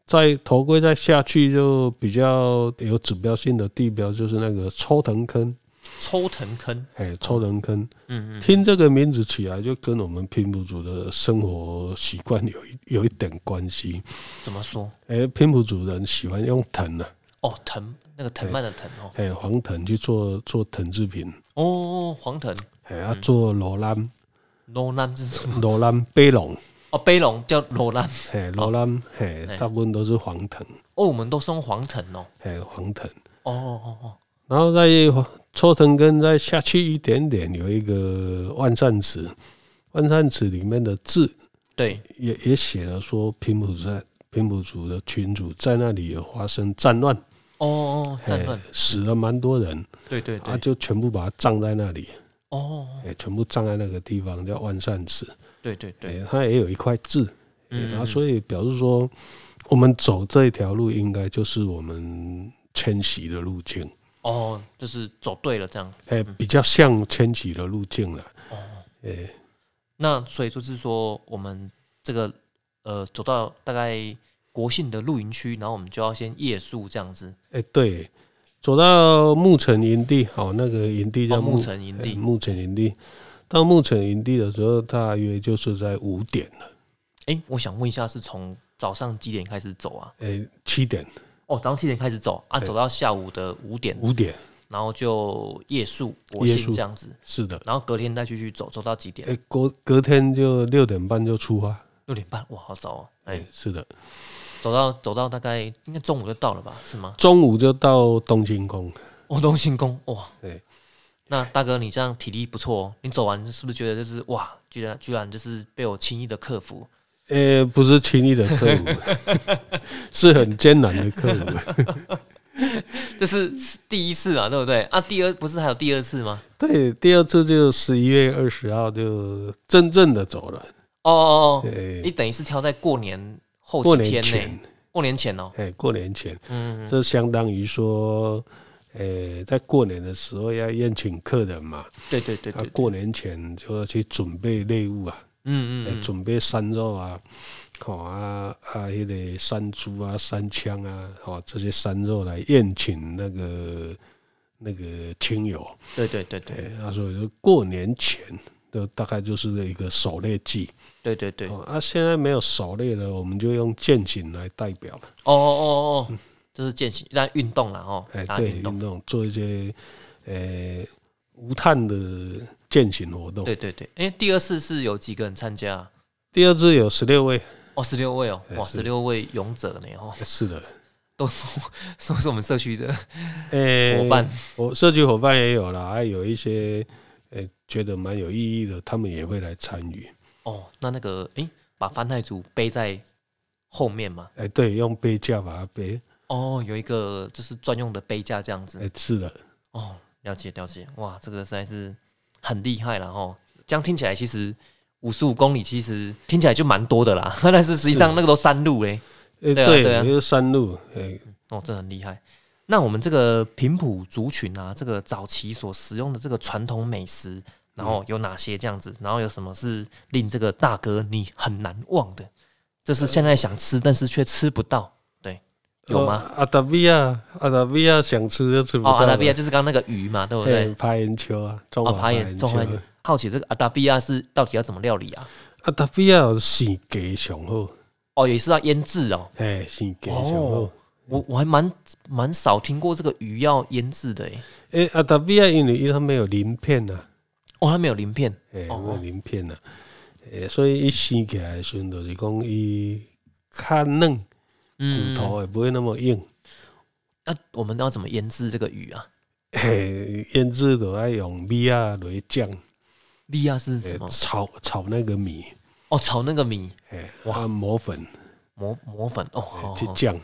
Speaker 2: 在头柜再下去就比较有指标性的地标，就是那个抽藤坑。
Speaker 1: 抽藤坑，
Speaker 2: 哎，抽藤坑，
Speaker 1: 嗯嗯，
Speaker 2: 听这个名字起来，就跟我们平埔族的生活习惯有一 有一点关系。
Speaker 1: 怎么说？
Speaker 2: 哎、平埔族人喜欢用藤啊，
Speaker 1: 哦，藤那个藤蔓的藤哦，
Speaker 2: 哎、黄藤去做做藤制品，
Speaker 1: 哦哦，黄藤
Speaker 2: 哎、要做罗兰
Speaker 1: 罗兰是什么？
Speaker 2: 罗兰背笼，
Speaker 1: 哦，背龙叫罗兰，
Speaker 2: 哎、罗兰，哎、
Speaker 1: 哎
Speaker 2: 大部分都是黄藤，
Speaker 1: 哦，我们都是用黄藤哦，
Speaker 2: 哎、黄藤，
Speaker 1: 哦哦哦，
Speaker 2: 然后再抽藤根再下去一点点，有一个万善祠，万善祠里面的字
Speaker 1: 对，
Speaker 2: 也也写了说平埔在平埔族的群主在那里有发生战乱，
Speaker 1: 哦哦，战
Speaker 2: 嘿
Speaker 1: 乱，
Speaker 2: 哎死了蛮多人，
Speaker 1: 对对对
Speaker 2: 啊，，就全部把它葬在那里，
Speaker 1: 哦哦，哦
Speaker 2: 哎，全部葬在那个地方叫万善祠，
Speaker 1: 对对对，
Speaker 2: 哎，它也有一块字，哎
Speaker 1: 嗯
Speaker 2: 然后所以表示说，我们走这一条路应该就是我们迁徙的路径，
Speaker 1: 哦，就是走对了这样。
Speaker 2: 哎，比较像迁徙的路径了。哎，
Speaker 1: 那所以就是说，我们这个呃，走到大概国姓的露营区，然后我们就要先夜宿这样子，
Speaker 2: 哎，对，走到牧城营地，好，那个营地
Speaker 1: 到
Speaker 2: 叫
Speaker 1: 牧
Speaker 2: 牧
Speaker 1: 哦城营
Speaker 2: 哎
Speaker 1: 地。
Speaker 2: 牧城营地。到牧城营地的时候，大约就是在五点了，嗯
Speaker 1: 哎、我想问一下，是从早上几点开始走啊？
Speaker 2: 哎，七点、
Speaker 1: 哦，早上七点开始走啊，
Speaker 2: 对
Speaker 1: 走到下午的五点，
Speaker 2: 五点，
Speaker 1: 然后就夜宿国
Speaker 2: 夜
Speaker 1: 姓
Speaker 2: 宿
Speaker 1: 这样子，
Speaker 2: 是的。
Speaker 1: 然后隔天再继续走，走到几点？
Speaker 2: 哎，隔隔天就六点半就出发。
Speaker 1: 六点半，哇，好早哦！哎、
Speaker 2: 哎，是的，
Speaker 1: 走到走到大概应该中午就到了吧？是吗？
Speaker 2: 中午就到东清宫。哎
Speaker 1: 哦，东兴宫，哇，
Speaker 2: 对，
Speaker 1: 那大哥你这样体力不错哦，你走完是不是觉得就是哇，居然居然就是被我轻易的克服？
Speaker 2: 呃，不是轻易的克服， 是很艰难的克服。
Speaker 1: 这是第一次啊，对不对？啊，第二不是还有第二次吗？
Speaker 2: 对，第二次就十一月二十号就真正的走了。
Speaker 1: 哦哦哦，
Speaker 2: 对，
Speaker 1: 你等于是挑在过年后
Speaker 2: 过
Speaker 1: 几天
Speaker 2: 年
Speaker 1: 呢
Speaker 2: 前？，
Speaker 1: 过年前哦，
Speaker 2: 哎，过年前，
Speaker 1: 嗯，
Speaker 2: 这相当于说，呃，在过年的时候要宴请客人嘛，
Speaker 1: 嗯对对对
Speaker 2: 啊
Speaker 1: 对，，
Speaker 2: 过年前就要去准备内务啊，
Speaker 1: 嗯
Speaker 2: 哎
Speaker 1: 嗯嗯，
Speaker 2: 准备山肉啊，好啊啊，迄个山猪啊、山枪啊，好这些山肉来宴请那个那个亲友。
Speaker 1: 对对对对
Speaker 2: 对，他说就过年前的大概就是一个狩猎季。
Speaker 1: 对对对，哦
Speaker 2: 哦，啊，现在没有狩猎了，我们就用践行来代表了。
Speaker 1: 哦哦哦，就是践行，那运动了哦
Speaker 2: 哎，，
Speaker 1: 打
Speaker 2: 对，
Speaker 1: 运动
Speaker 2: 运，动做一些呃、无碳的践行活动。
Speaker 1: 对对对。哎，第二次是有几个人参加啊？
Speaker 2: 第二支有十六位，
Speaker 1: 哦，十六位哦，
Speaker 2: 哎
Speaker 1: 哇，
Speaker 2: 是
Speaker 1: 十六位勇者呢哦，
Speaker 2: 是的，
Speaker 1: 都是 都是我们社区的
Speaker 2: 呃、
Speaker 1: 伙伴，
Speaker 2: 我社区伙伴也有啦，还有一些呃、觉得蛮有意义的，他们也会来参与。
Speaker 1: 哦。那那个哎，把番太族背在后面嘛？
Speaker 2: 哎、对，用背架把它背。
Speaker 1: 哦，有一个就是专用的杯架这样子
Speaker 2: 哎、。是的，
Speaker 1: 哦，了解了解，哇，这个实在是很厉害了哈。这样听起来，其实五十五公里其实听起来就蛮多的啦， 但是实际上那个都山路哎、
Speaker 2: 哎、
Speaker 1: 对啊对啊
Speaker 2: 就是山路，哎、
Speaker 1: 哦，真的很厉害。那我们这个平埔族群啊，这个早期所使用的这个传统美食，然
Speaker 2: 嗯
Speaker 1: 后有哪些这样子？然后有什么是令这个大哥你很难忘的？这是现在想吃，但是却吃不到，对，有吗？
Speaker 2: 哦？阿达比亚，阿达比亚想吃就吃不
Speaker 1: 哦，
Speaker 2: 到了。
Speaker 1: 阿达比亚就是刚刚那个鱼嘛，对不对
Speaker 2: 嘿？爬岩球啊，中
Speaker 1: 哦，
Speaker 2: 华
Speaker 1: 爬岩
Speaker 2: 岩
Speaker 1: 中华岩，好奇这个阿达比亚是到底要怎么料理啊？
Speaker 2: 啊，达比亚是鸡上好，
Speaker 1: 哦，也是要腌制哦。
Speaker 2: 嘿，是鸡上
Speaker 1: 哦
Speaker 2: 好。
Speaker 1: 我我还蛮蛮少听过这个鱼要腌制的诶。欸
Speaker 2: 诶、哎阿达比亚因为它没有鳞片呐、啊，
Speaker 1: 哦，它没有鳞片
Speaker 2: 诶、
Speaker 1: 哦
Speaker 2: 没有鳞片呐、啊，诶、所以伊生起来的时阵就是讲伊较嫩，骨
Speaker 1: 嗯，
Speaker 2: 头也不会那么硬。
Speaker 1: 那我们要怎么腌制这个鱼啊？
Speaker 2: 嘿，腌制都要用米啊来酱，
Speaker 1: 利亚是
Speaker 2: 诶、
Speaker 1: 什么？
Speaker 2: 炒炒那个米，
Speaker 1: 哦，炒那个米
Speaker 2: 诶、啊磨粉、
Speaker 1: 磨磨粉哦，
Speaker 2: 诶
Speaker 1: 好
Speaker 2: 去
Speaker 1: 好
Speaker 2: 酱，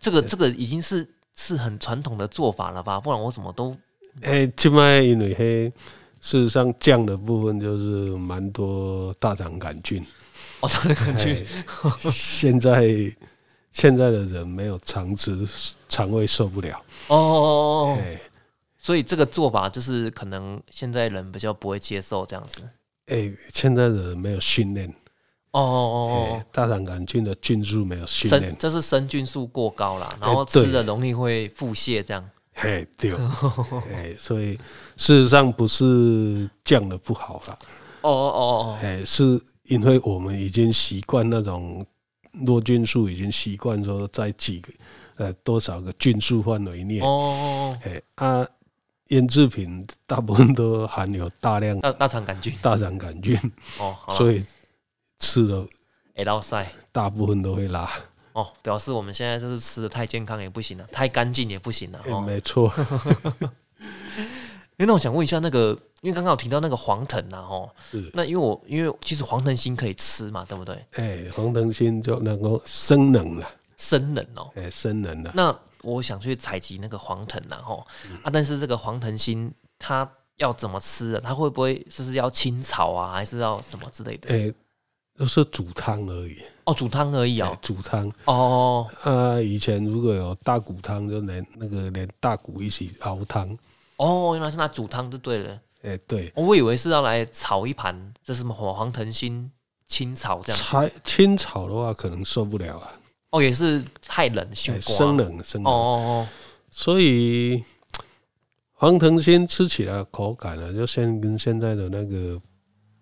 Speaker 1: 这个这个已经是是很传统的做法了吧？不然我怎么都哦
Speaker 2: 诶、即摆因为嘿，事实上酱的部分就是蛮多大肠杆 菌。
Speaker 1: 哦，这个去
Speaker 2: 哎现在现在的人没有肠子，肠胃受不了。
Speaker 1: 哦哦哦哦，
Speaker 2: 哎
Speaker 1: 所以这个做法就是可能现在人比较不会接受这样子。
Speaker 2: 哎，现在的人没有训练，
Speaker 1: 哦哦
Speaker 2: 哎，大肠杆菌的菌株没有
Speaker 1: 哦，
Speaker 2: 训
Speaker 1: 生
Speaker 2: 练，
Speaker 1: 这是生菌数过高啦，然后
Speaker 2: 对
Speaker 1: 吃了容易会腹泻这样。
Speaker 2: 哎，对，哎，所以事实上不是降的不好啦，
Speaker 1: 哦哦哦哦，
Speaker 2: 哎，是因为我们已经习惯那种弱菌素，已经习惯说在几个呃多少个菌数范围内
Speaker 1: 哦，哦，哦
Speaker 2: 哎啊，腌制品大部分都含有大量
Speaker 1: 大大肠杆菌
Speaker 2: 大肠杆菌。
Speaker 1: 哦，好了，
Speaker 2: 所以吃了
Speaker 1: 哎，老塞
Speaker 2: 大部分都会拉。
Speaker 1: 哦，表示我们现在就是吃的太健康也不行了，太干净也不行了
Speaker 2: 哎
Speaker 1: 哦。
Speaker 2: 没错，
Speaker 1: 哎，那我想问一下，那个因为刚刚有提到那个黄藤啊，哦，
Speaker 2: 是
Speaker 1: 那因为我因为其实黄藤心可以吃嘛，对不对？
Speaker 2: 哎，黄藤心就能够生冷了，
Speaker 1: 生冷哦，
Speaker 2: 哎，生冷了。
Speaker 1: 那我想去采集那个黄藤啊，吼
Speaker 2: 嗯
Speaker 1: 啊，但是这个黄藤心它要怎么吃啊？它会不会就是要清炒啊，还是要什么之类的？
Speaker 2: 哎，都是煮汤而已，
Speaker 1: 哦，煮汤而已哦
Speaker 2: 哎。煮汤。
Speaker 1: 哦，
Speaker 2: 啊，以前如果有大骨汤，就连那个连大骨一起熬汤。
Speaker 1: 哦，原来是拿煮汤就对了。
Speaker 2: 哎，对，
Speaker 1: 我以为是要来炒一盘，这是什么黄黄藤心清炒这样。
Speaker 2: 柴清炒的话可能受不了啊，
Speaker 1: 哦，也是太冷，熏
Speaker 2: 哎
Speaker 1: 瓜
Speaker 2: 生。冷生
Speaker 1: 哦
Speaker 2: 冷。
Speaker 1: 哦
Speaker 2: 所以黄藤心吃起来的口感啊，就现跟现在的那个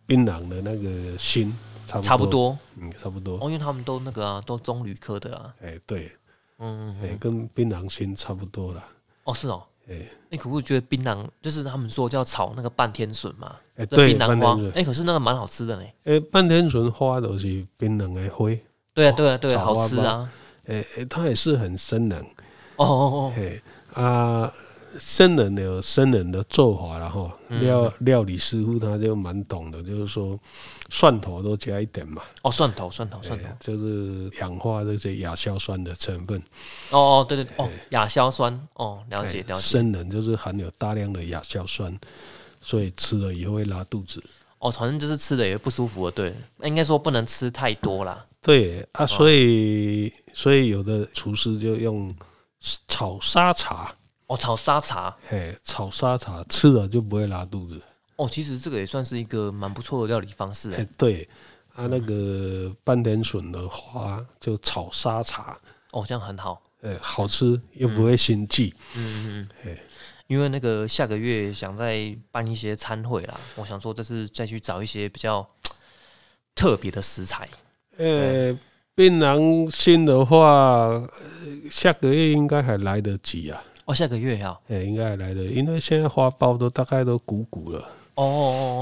Speaker 2: 槟榔的那个心差
Speaker 1: 哦，
Speaker 2: 不
Speaker 1: 差不，多。
Speaker 2: 嗯，差不多。
Speaker 1: 哦，因为他们都那个啊，都棕榈科的啊。
Speaker 2: 哎，对，
Speaker 1: 嗯，嗯
Speaker 2: 哎，
Speaker 1: 嗯
Speaker 2: 跟槟榔心差不多啦。
Speaker 1: 哦是哦。
Speaker 2: 哎
Speaker 1: 你可不觉得槟榔就是他们说叫炒那个半天笋嘛？
Speaker 2: 哎，
Speaker 1: 那
Speaker 2: 对，
Speaker 1: 槟榔
Speaker 2: 半
Speaker 1: 花
Speaker 2: 天。笋，
Speaker 1: 哎，可是那个蛮好吃的呢。
Speaker 2: 哎，半天笋花都是槟榔的花，
Speaker 1: 对啊，对啊，对啊，
Speaker 2: 炒花
Speaker 1: 好吃啊。
Speaker 2: 哎哎，它也是很生冷。
Speaker 1: 哦哦哦，
Speaker 2: 嘿啊，僧人有僧人的做法然后
Speaker 1: 嗯
Speaker 2: 料料理师傅他就蛮懂的，就是说蒜头多加一点嘛，
Speaker 1: 哦，蒜头，蒜头，蒜头
Speaker 2: 哎。就是氧化这些亚硝酸的成分。
Speaker 1: 哦哦，对对，哦，亚硝酸。哦，了解了解。
Speaker 2: 僧人就是含有大量的亚硝酸，所以吃了也会拉肚子。
Speaker 1: 哦，反正就是吃的也不舒服了，对。应该说不能吃太多啦。
Speaker 2: 对啊，所以所以有的厨师就用炒沙茶，
Speaker 1: 哦，炒沙茶。
Speaker 2: 嘿，炒沙茶吃了就不会拉肚子。
Speaker 1: 哦，其实这个也算是一个蛮不错的料理方式
Speaker 2: 哎、
Speaker 1: 欸。
Speaker 2: 对，啊，那个半点笋的花就炒沙茶，
Speaker 1: 哦，这样很好。
Speaker 2: 哎、好吃又不会心悸。
Speaker 1: 嗯嗯嗯
Speaker 2: 嘿。
Speaker 1: 因为那个下个月想再办一些餐会啦，我想说这次再去找一些比较特别的食材。嗯
Speaker 2: 呃、槟榔心的话，呃下个月应该还来得及啊，
Speaker 1: 哦，下个月啊。
Speaker 2: 哎、应该还来得，因为现在花苞都大概都鼓鼓了，
Speaker 1: 哦哦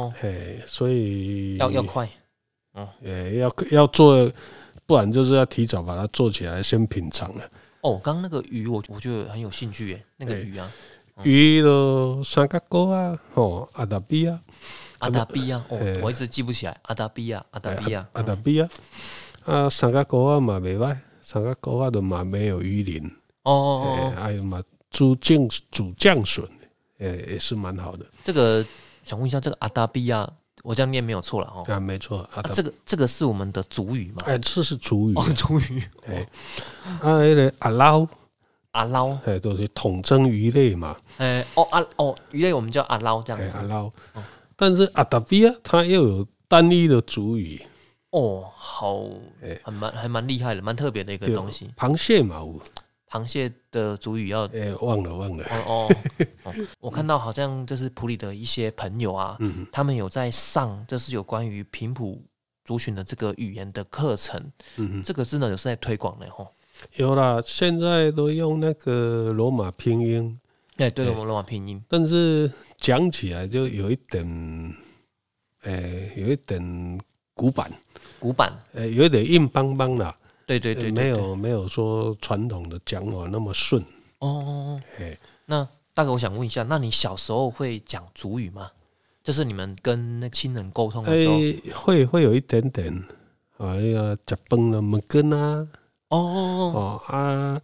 Speaker 1: 哦
Speaker 2: 嘿、所以
Speaker 1: 哦，要要快。
Speaker 2: 呃、要要做，不然就是要提早把它做起来，先品尝啊了。
Speaker 1: 哦，刚刚那个鱼我我觉得很有兴趣耶，那个
Speaker 2: 哎
Speaker 1: 鱼啊，嗯
Speaker 2: 鱼都三角锅啊，吼阿达比啊，
Speaker 1: 阿达比啊，哦
Speaker 2: 哎，
Speaker 1: 我一直记不起来，阿达比啊，阿达
Speaker 2: 哎
Speaker 1: 比啊，
Speaker 2: 阿达比啊，啊，三角菇啊嘛袂歹，三角菇啊都嘛没有鱼鳞，
Speaker 1: 哦哦
Speaker 2: 哎、
Speaker 1: 哦，哦
Speaker 2: 还有嘛煮酱煮酱笋，哎、也是蛮好的
Speaker 1: 这个想问一下，这个阿达比啊，我这样念没有错了哦。
Speaker 2: 啊，没错，阿
Speaker 1: 啊
Speaker 2: 达，
Speaker 1: 这个这个是我们的主语嘛？
Speaker 2: 哎、这是厨余，
Speaker 1: 哦，主语。
Speaker 2: 哎、啊，那个阿捞，
Speaker 1: 阿捞，
Speaker 2: 哎、都是统称鱼类嘛，
Speaker 1: 哎、哦阿哦，鱼类我们叫阿捞这
Speaker 2: 哎、
Speaker 1: 样子。哦
Speaker 2: 阿捞，但是阿达比啊，它又有单一的主语，
Speaker 1: 哦，好
Speaker 2: 哎，
Speaker 1: 还蛮还蛮厉害的，蛮特别的一个
Speaker 2: 对
Speaker 1: 东西。
Speaker 2: 螃蟹嘛有，
Speaker 1: 螃蟹的主语要。
Speaker 2: 哎、忘了忘了，
Speaker 1: 哦哦哦，我看到好像就是普里的一些朋友啊，
Speaker 2: 嗯，
Speaker 1: 他们有在上，就是有关于平埔族群的这个语言的课程，
Speaker 2: 嗯嗯，
Speaker 1: 这个真的有是在推广的吼。
Speaker 2: 有啦，现在都用那个罗马拼音。
Speaker 1: 哎，对了，
Speaker 2: 哎
Speaker 1: 我们罗马拼音，
Speaker 2: 但是讲起来就有一点，诶、有一点古板，
Speaker 1: 古板，
Speaker 2: 诶、有一点硬邦邦啦，
Speaker 1: 对对对
Speaker 2: 呃
Speaker 1: 对
Speaker 2: 没
Speaker 1: 对
Speaker 2: 有没有说传统的讲法那么顺，
Speaker 1: 哦哦哦，
Speaker 2: 诶、
Speaker 1: 那大哥，我想问一下，那你小时候会讲族语吗？就是你们跟那亲人沟通的时候，
Speaker 2: 诶、哎会会有一点点啊，那个食饭了没跟啊，
Speaker 1: 哦哦哦，
Speaker 2: 哦啊，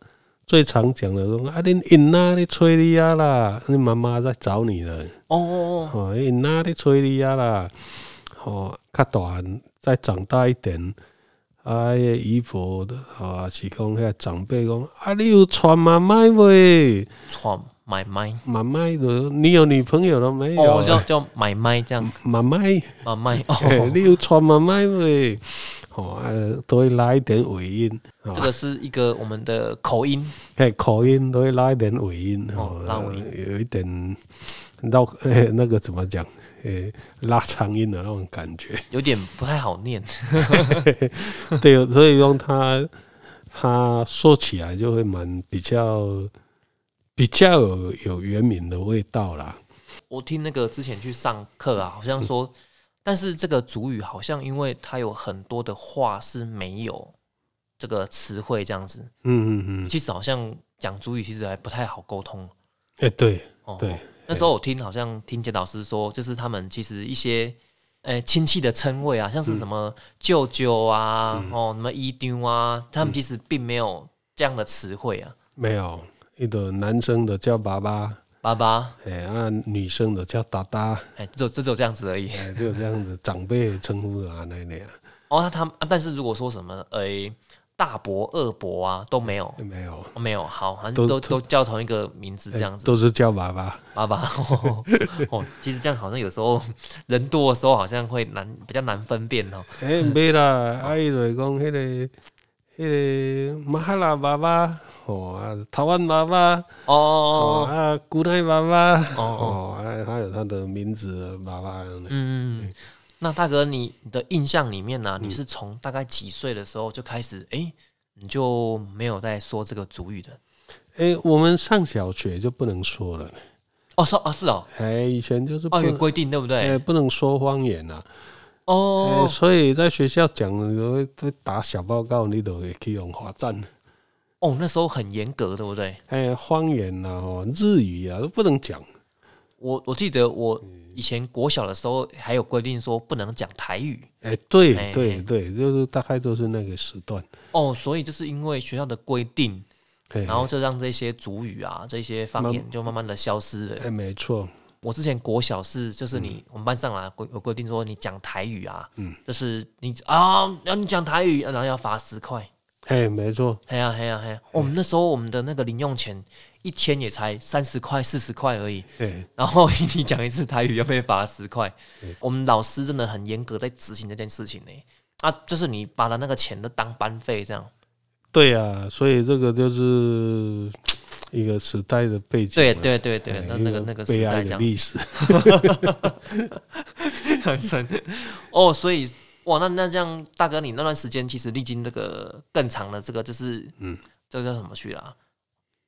Speaker 2: 最常讲的说啊，恁因哪咧催你啊啦，你妈妈在找你了，
Speaker 1: 哦哦哦，
Speaker 2: 哦，因哪咧催你啊啦，哦，较大汉再长大一点，啊，迄个姨婆的啊，是讲遐长辈讲，啊，你有娶妈妈未？
Speaker 1: 闯买麦，
Speaker 2: 妈妈的，你有女朋友了没有？啊
Speaker 1: 哦，叫叫买麦这样，
Speaker 2: 妈妈，嘿
Speaker 1: 买麦 哦，
Speaker 2: 你有娶妈妈未？哦，啊，都会拉一点尾音，哦
Speaker 1: 这，个是一个我们的口音，
Speaker 2: 嘿，口音都会拉一点尾音，
Speaker 1: 哦拉尾音
Speaker 2: 有一点绕， 嘿那个怎么讲？诶，拉长音的那种感觉。
Speaker 1: 有点不太好念。
Speaker 2: 对，所以用它，它说起来就会蛮比较比较有有原名的味道啦。
Speaker 1: 我听那个之前去上课啊，好像说，但是这个主语好像因为它有很多的话是没有这个词汇这样子，
Speaker 2: 嗯嗯嗯，
Speaker 1: 其实好像讲主语其实还不太好沟通。
Speaker 2: 哎、对，
Speaker 1: 哦，
Speaker 2: 对
Speaker 1: 那时候我听好像听简老师说，就是他们其实一些呃亲戚的称谓啊，像是什么舅舅啊，哦什么姨丢啊，他们其实并没有这样的词汇啊。
Speaker 2: 没有，一个男生的叫爸爸，
Speaker 1: 爸爸，
Speaker 2: 哎、啊，女生的叫达达，
Speaker 1: 哎，只有只有这样子而已。
Speaker 2: 哎、就这样子长辈称呼啊那那样。
Speaker 1: 哦，那他们、啊但是如果说什么诶、大伯、二伯啊都没有，
Speaker 2: 没有，
Speaker 1: 哦没有，好，好像
Speaker 2: 都
Speaker 1: 都都叫同一个名字这样子，
Speaker 2: 都是叫娃娃。
Speaker 1: 爸 爸哦哦，其实这样好像有时候人多的时候好像会难比较难分辨哦。
Speaker 2: 哎，没啦，啊伊就是讲迄个迄个马哈拉娃娃，哦啊，台湾娃娃，哦
Speaker 1: 哦，
Speaker 2: 啊，古奈娃娃，
Speaker 1: 哦
Speaker 2: 哦，啊，还有他的名字娃娃这样的。
Speaker 1: 嗯，那大哥，你你的印象里面呢、啊你是从大概几岁的时候就开始，诶，你就没有在说这个主语的？
Speaker 2: 哎，我们上小学就不能说了，
Speaker 1: 哦，是哦，是哦，
Speaker 2: 哎，以前就是不
Speaker 1: 哦，有
Speaker 2: 能，
Speaker 1: 规定对不对？
Speaker 2: 哎，不能说方言啊。欸
Speaker 1: 哦，
Speaker 2: 所以在学校讲，你都会都会打小报告，你都会去用罚站。
Speaker 1: 哦，那时候很严格，对不对？
Speaker 2: 哎、方言啊，吼，日语啊，都不能讲。
Speaker 1: 我我记得我以前国小的时候还有规定说不能讲台语
Speaker 2: 哎、对
Speaker 1: 哎
Speaker 2: 对
Speaker 1: 哎
Speaker 2: 对，就是大概都是那个时段。
Speaker 1: 哦，所以就是因为学校的规定，
Speaker 2: 哎、
Speaker 1: 然后就让这些主语啊、这些方言就慢慢的消失了。
Speaker 2: 哎、没错，
Speaker 1: 我之前国小是就是你、
Speaker 2: 嗯
Speaker 1: 我们班上啦规有规定说你讲台语啊，就是你啊要你讲台语，然后要罚十块。
Speaker 2: 哎、没错，
Speaker 1: 嘿呀嘿呀嘿呀！
Speaker 2: 嗯
Speaker 1: 我们那时候我们的那个零用钱一天也才三十块四十块而已，
Speaker 2: 哎、
Speaker 1: 然后 你讲一次台语要被罚十块。
Speaker 2: 嗯
Speaker 1: 我们老师真的很严格在执行这件事情呢、啊，就是你把他那个钱都当班费这样。
Speaker 2: 对啊，所以这个就是一个时代的背景
Speaker 1: 对
Speaker 2: 嘛。
Speaker 1: 对对对
Speaker 2: 哎，
Speaker 1: 那
Speaker 2: 一
Speaker 1: 那个那个时
Speaker 2: 悲哀
Speaker 1: 代这
Speaker 2: 的
Speaker 1: 样
Speaker 2: 历史，
Speaker 1: 很深 哦，所以哇，那那这样，大哥，你那段时间其实历经这个更长的这个，就是嗯，这个叫什么去啦？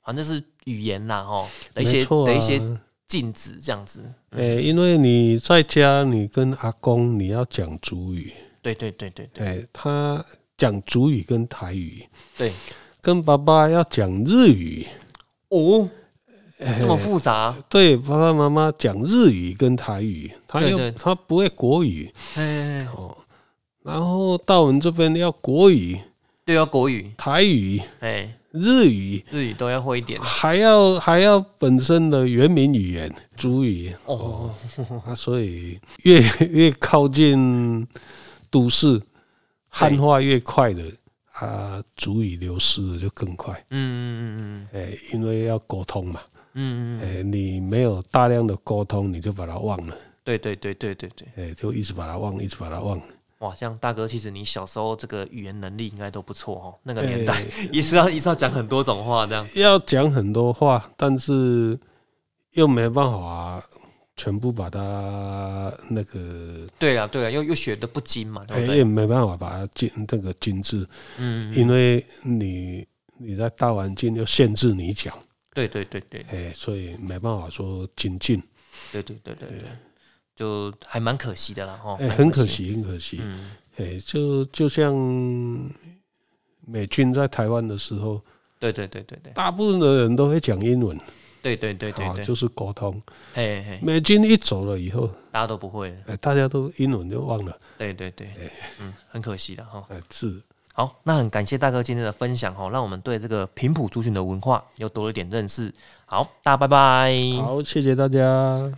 Speaker 1: 反正是语言啦，哦的一
Speaker 2: 没
Speaker 1: 些、
Speaker 2: 错啊。
Speaker 1: 的一些嗯禁止这样子。
Speaker 2: 哎、因为你在家，你跟阿公你要讲主语，
Speaker 1: 对对对对对
Speaker 2: 哎、他讲主语跟台语，
Speaker 1: 对，
Speaker 2: 跟爸爸要讲日语，哎
Speaker 1: 哦，这么复杂，
Speaker 2: 对爸爸妈妈讲日语跟台语，他
Speaker 1: 对
Speaker 2: 又
Speaker 1: 对
Speaker 2: 他不会国语
Speaker 1: 哎，
Speaker 2: 哦。然后到我们这边要国语、
Speaker 1: 对啊，国语，
Speaker 2: 台语、
Speaker 1: 哎，
Speaker 2: 日语，
Speaker 1: 日语都要会一点
Speaker 2: 还要还要本身的原民语言主语
Speaker 1: 哦。
Speaker 2: 啊，所以越越靠近都市，汉化越快的啊，主语流失的就更快。
Speaker 1: 嗯嗯嗯
Speaker 2: 哎，因为要沟通嘛，
Speaker 1: 嗯嗯嗯，
Speaker 2: 哎，你没有大量的沟通，你就把它忘了，
Speaker 1: 对对对对对对，
Speaker 2: 哎，就一直把它忘，一直把它忘。
Speaker 1: 哇，像大哥，其实你小时候这个语言能力应该都不错哦，那个
Speaker 2: 哎
Speaker 1: 年代 也是要也是要讲很多种话这样。
Speaker 2: 要讲很多话，但是又没办法全部把它那个，
Speaker 1: 对啊，对啊，又又学的不精嘛，对
Speaker 2: 哎
Speaker 1: 不对？
Speaker 2: 也没办法把它精这个精致，
Speaker 1: 嗯，
Speaker 2: 因为你你在大环境又限制你讲，
Speaker 1: 对对对对
Speaker 2: 哎、所以没办法说精进，
Speaker 1: 对对对对对，就还蛮可惜的啦，哦，
Speaker 2: 哎、
Speaker 1: 蛮
Speaker 2: 很可。惜，很可惜，
Speaker 1: 嗯，
Speaker 2: 哎、就就像美军在台湾的时候，
Speaker 1: 对对对对对
Speaker 2: 大部分的人都会讲英文，
Speaker 1: 对对对
Speaker 2: 啊，
Speaker 1: 对对，
Speaker 2: 就是沟通。
Speaker 1: 嘿嘿，
Speaker 2: 美军一走了以后，
Speaker 1: 大家都不会了，
Speaker 2: 哎、大家都英文就忘了，
Speaker 1: 对对对，嗯，很可惜的哈。哦
Speaker 2: 哎、是。
Speaker 1: 好，那很感谢大哥今天的分享哦，让我们对这个平埔族群的文化又多了一点认识。好，大家拜拜。
Speaker 2: 好，谢谢大家。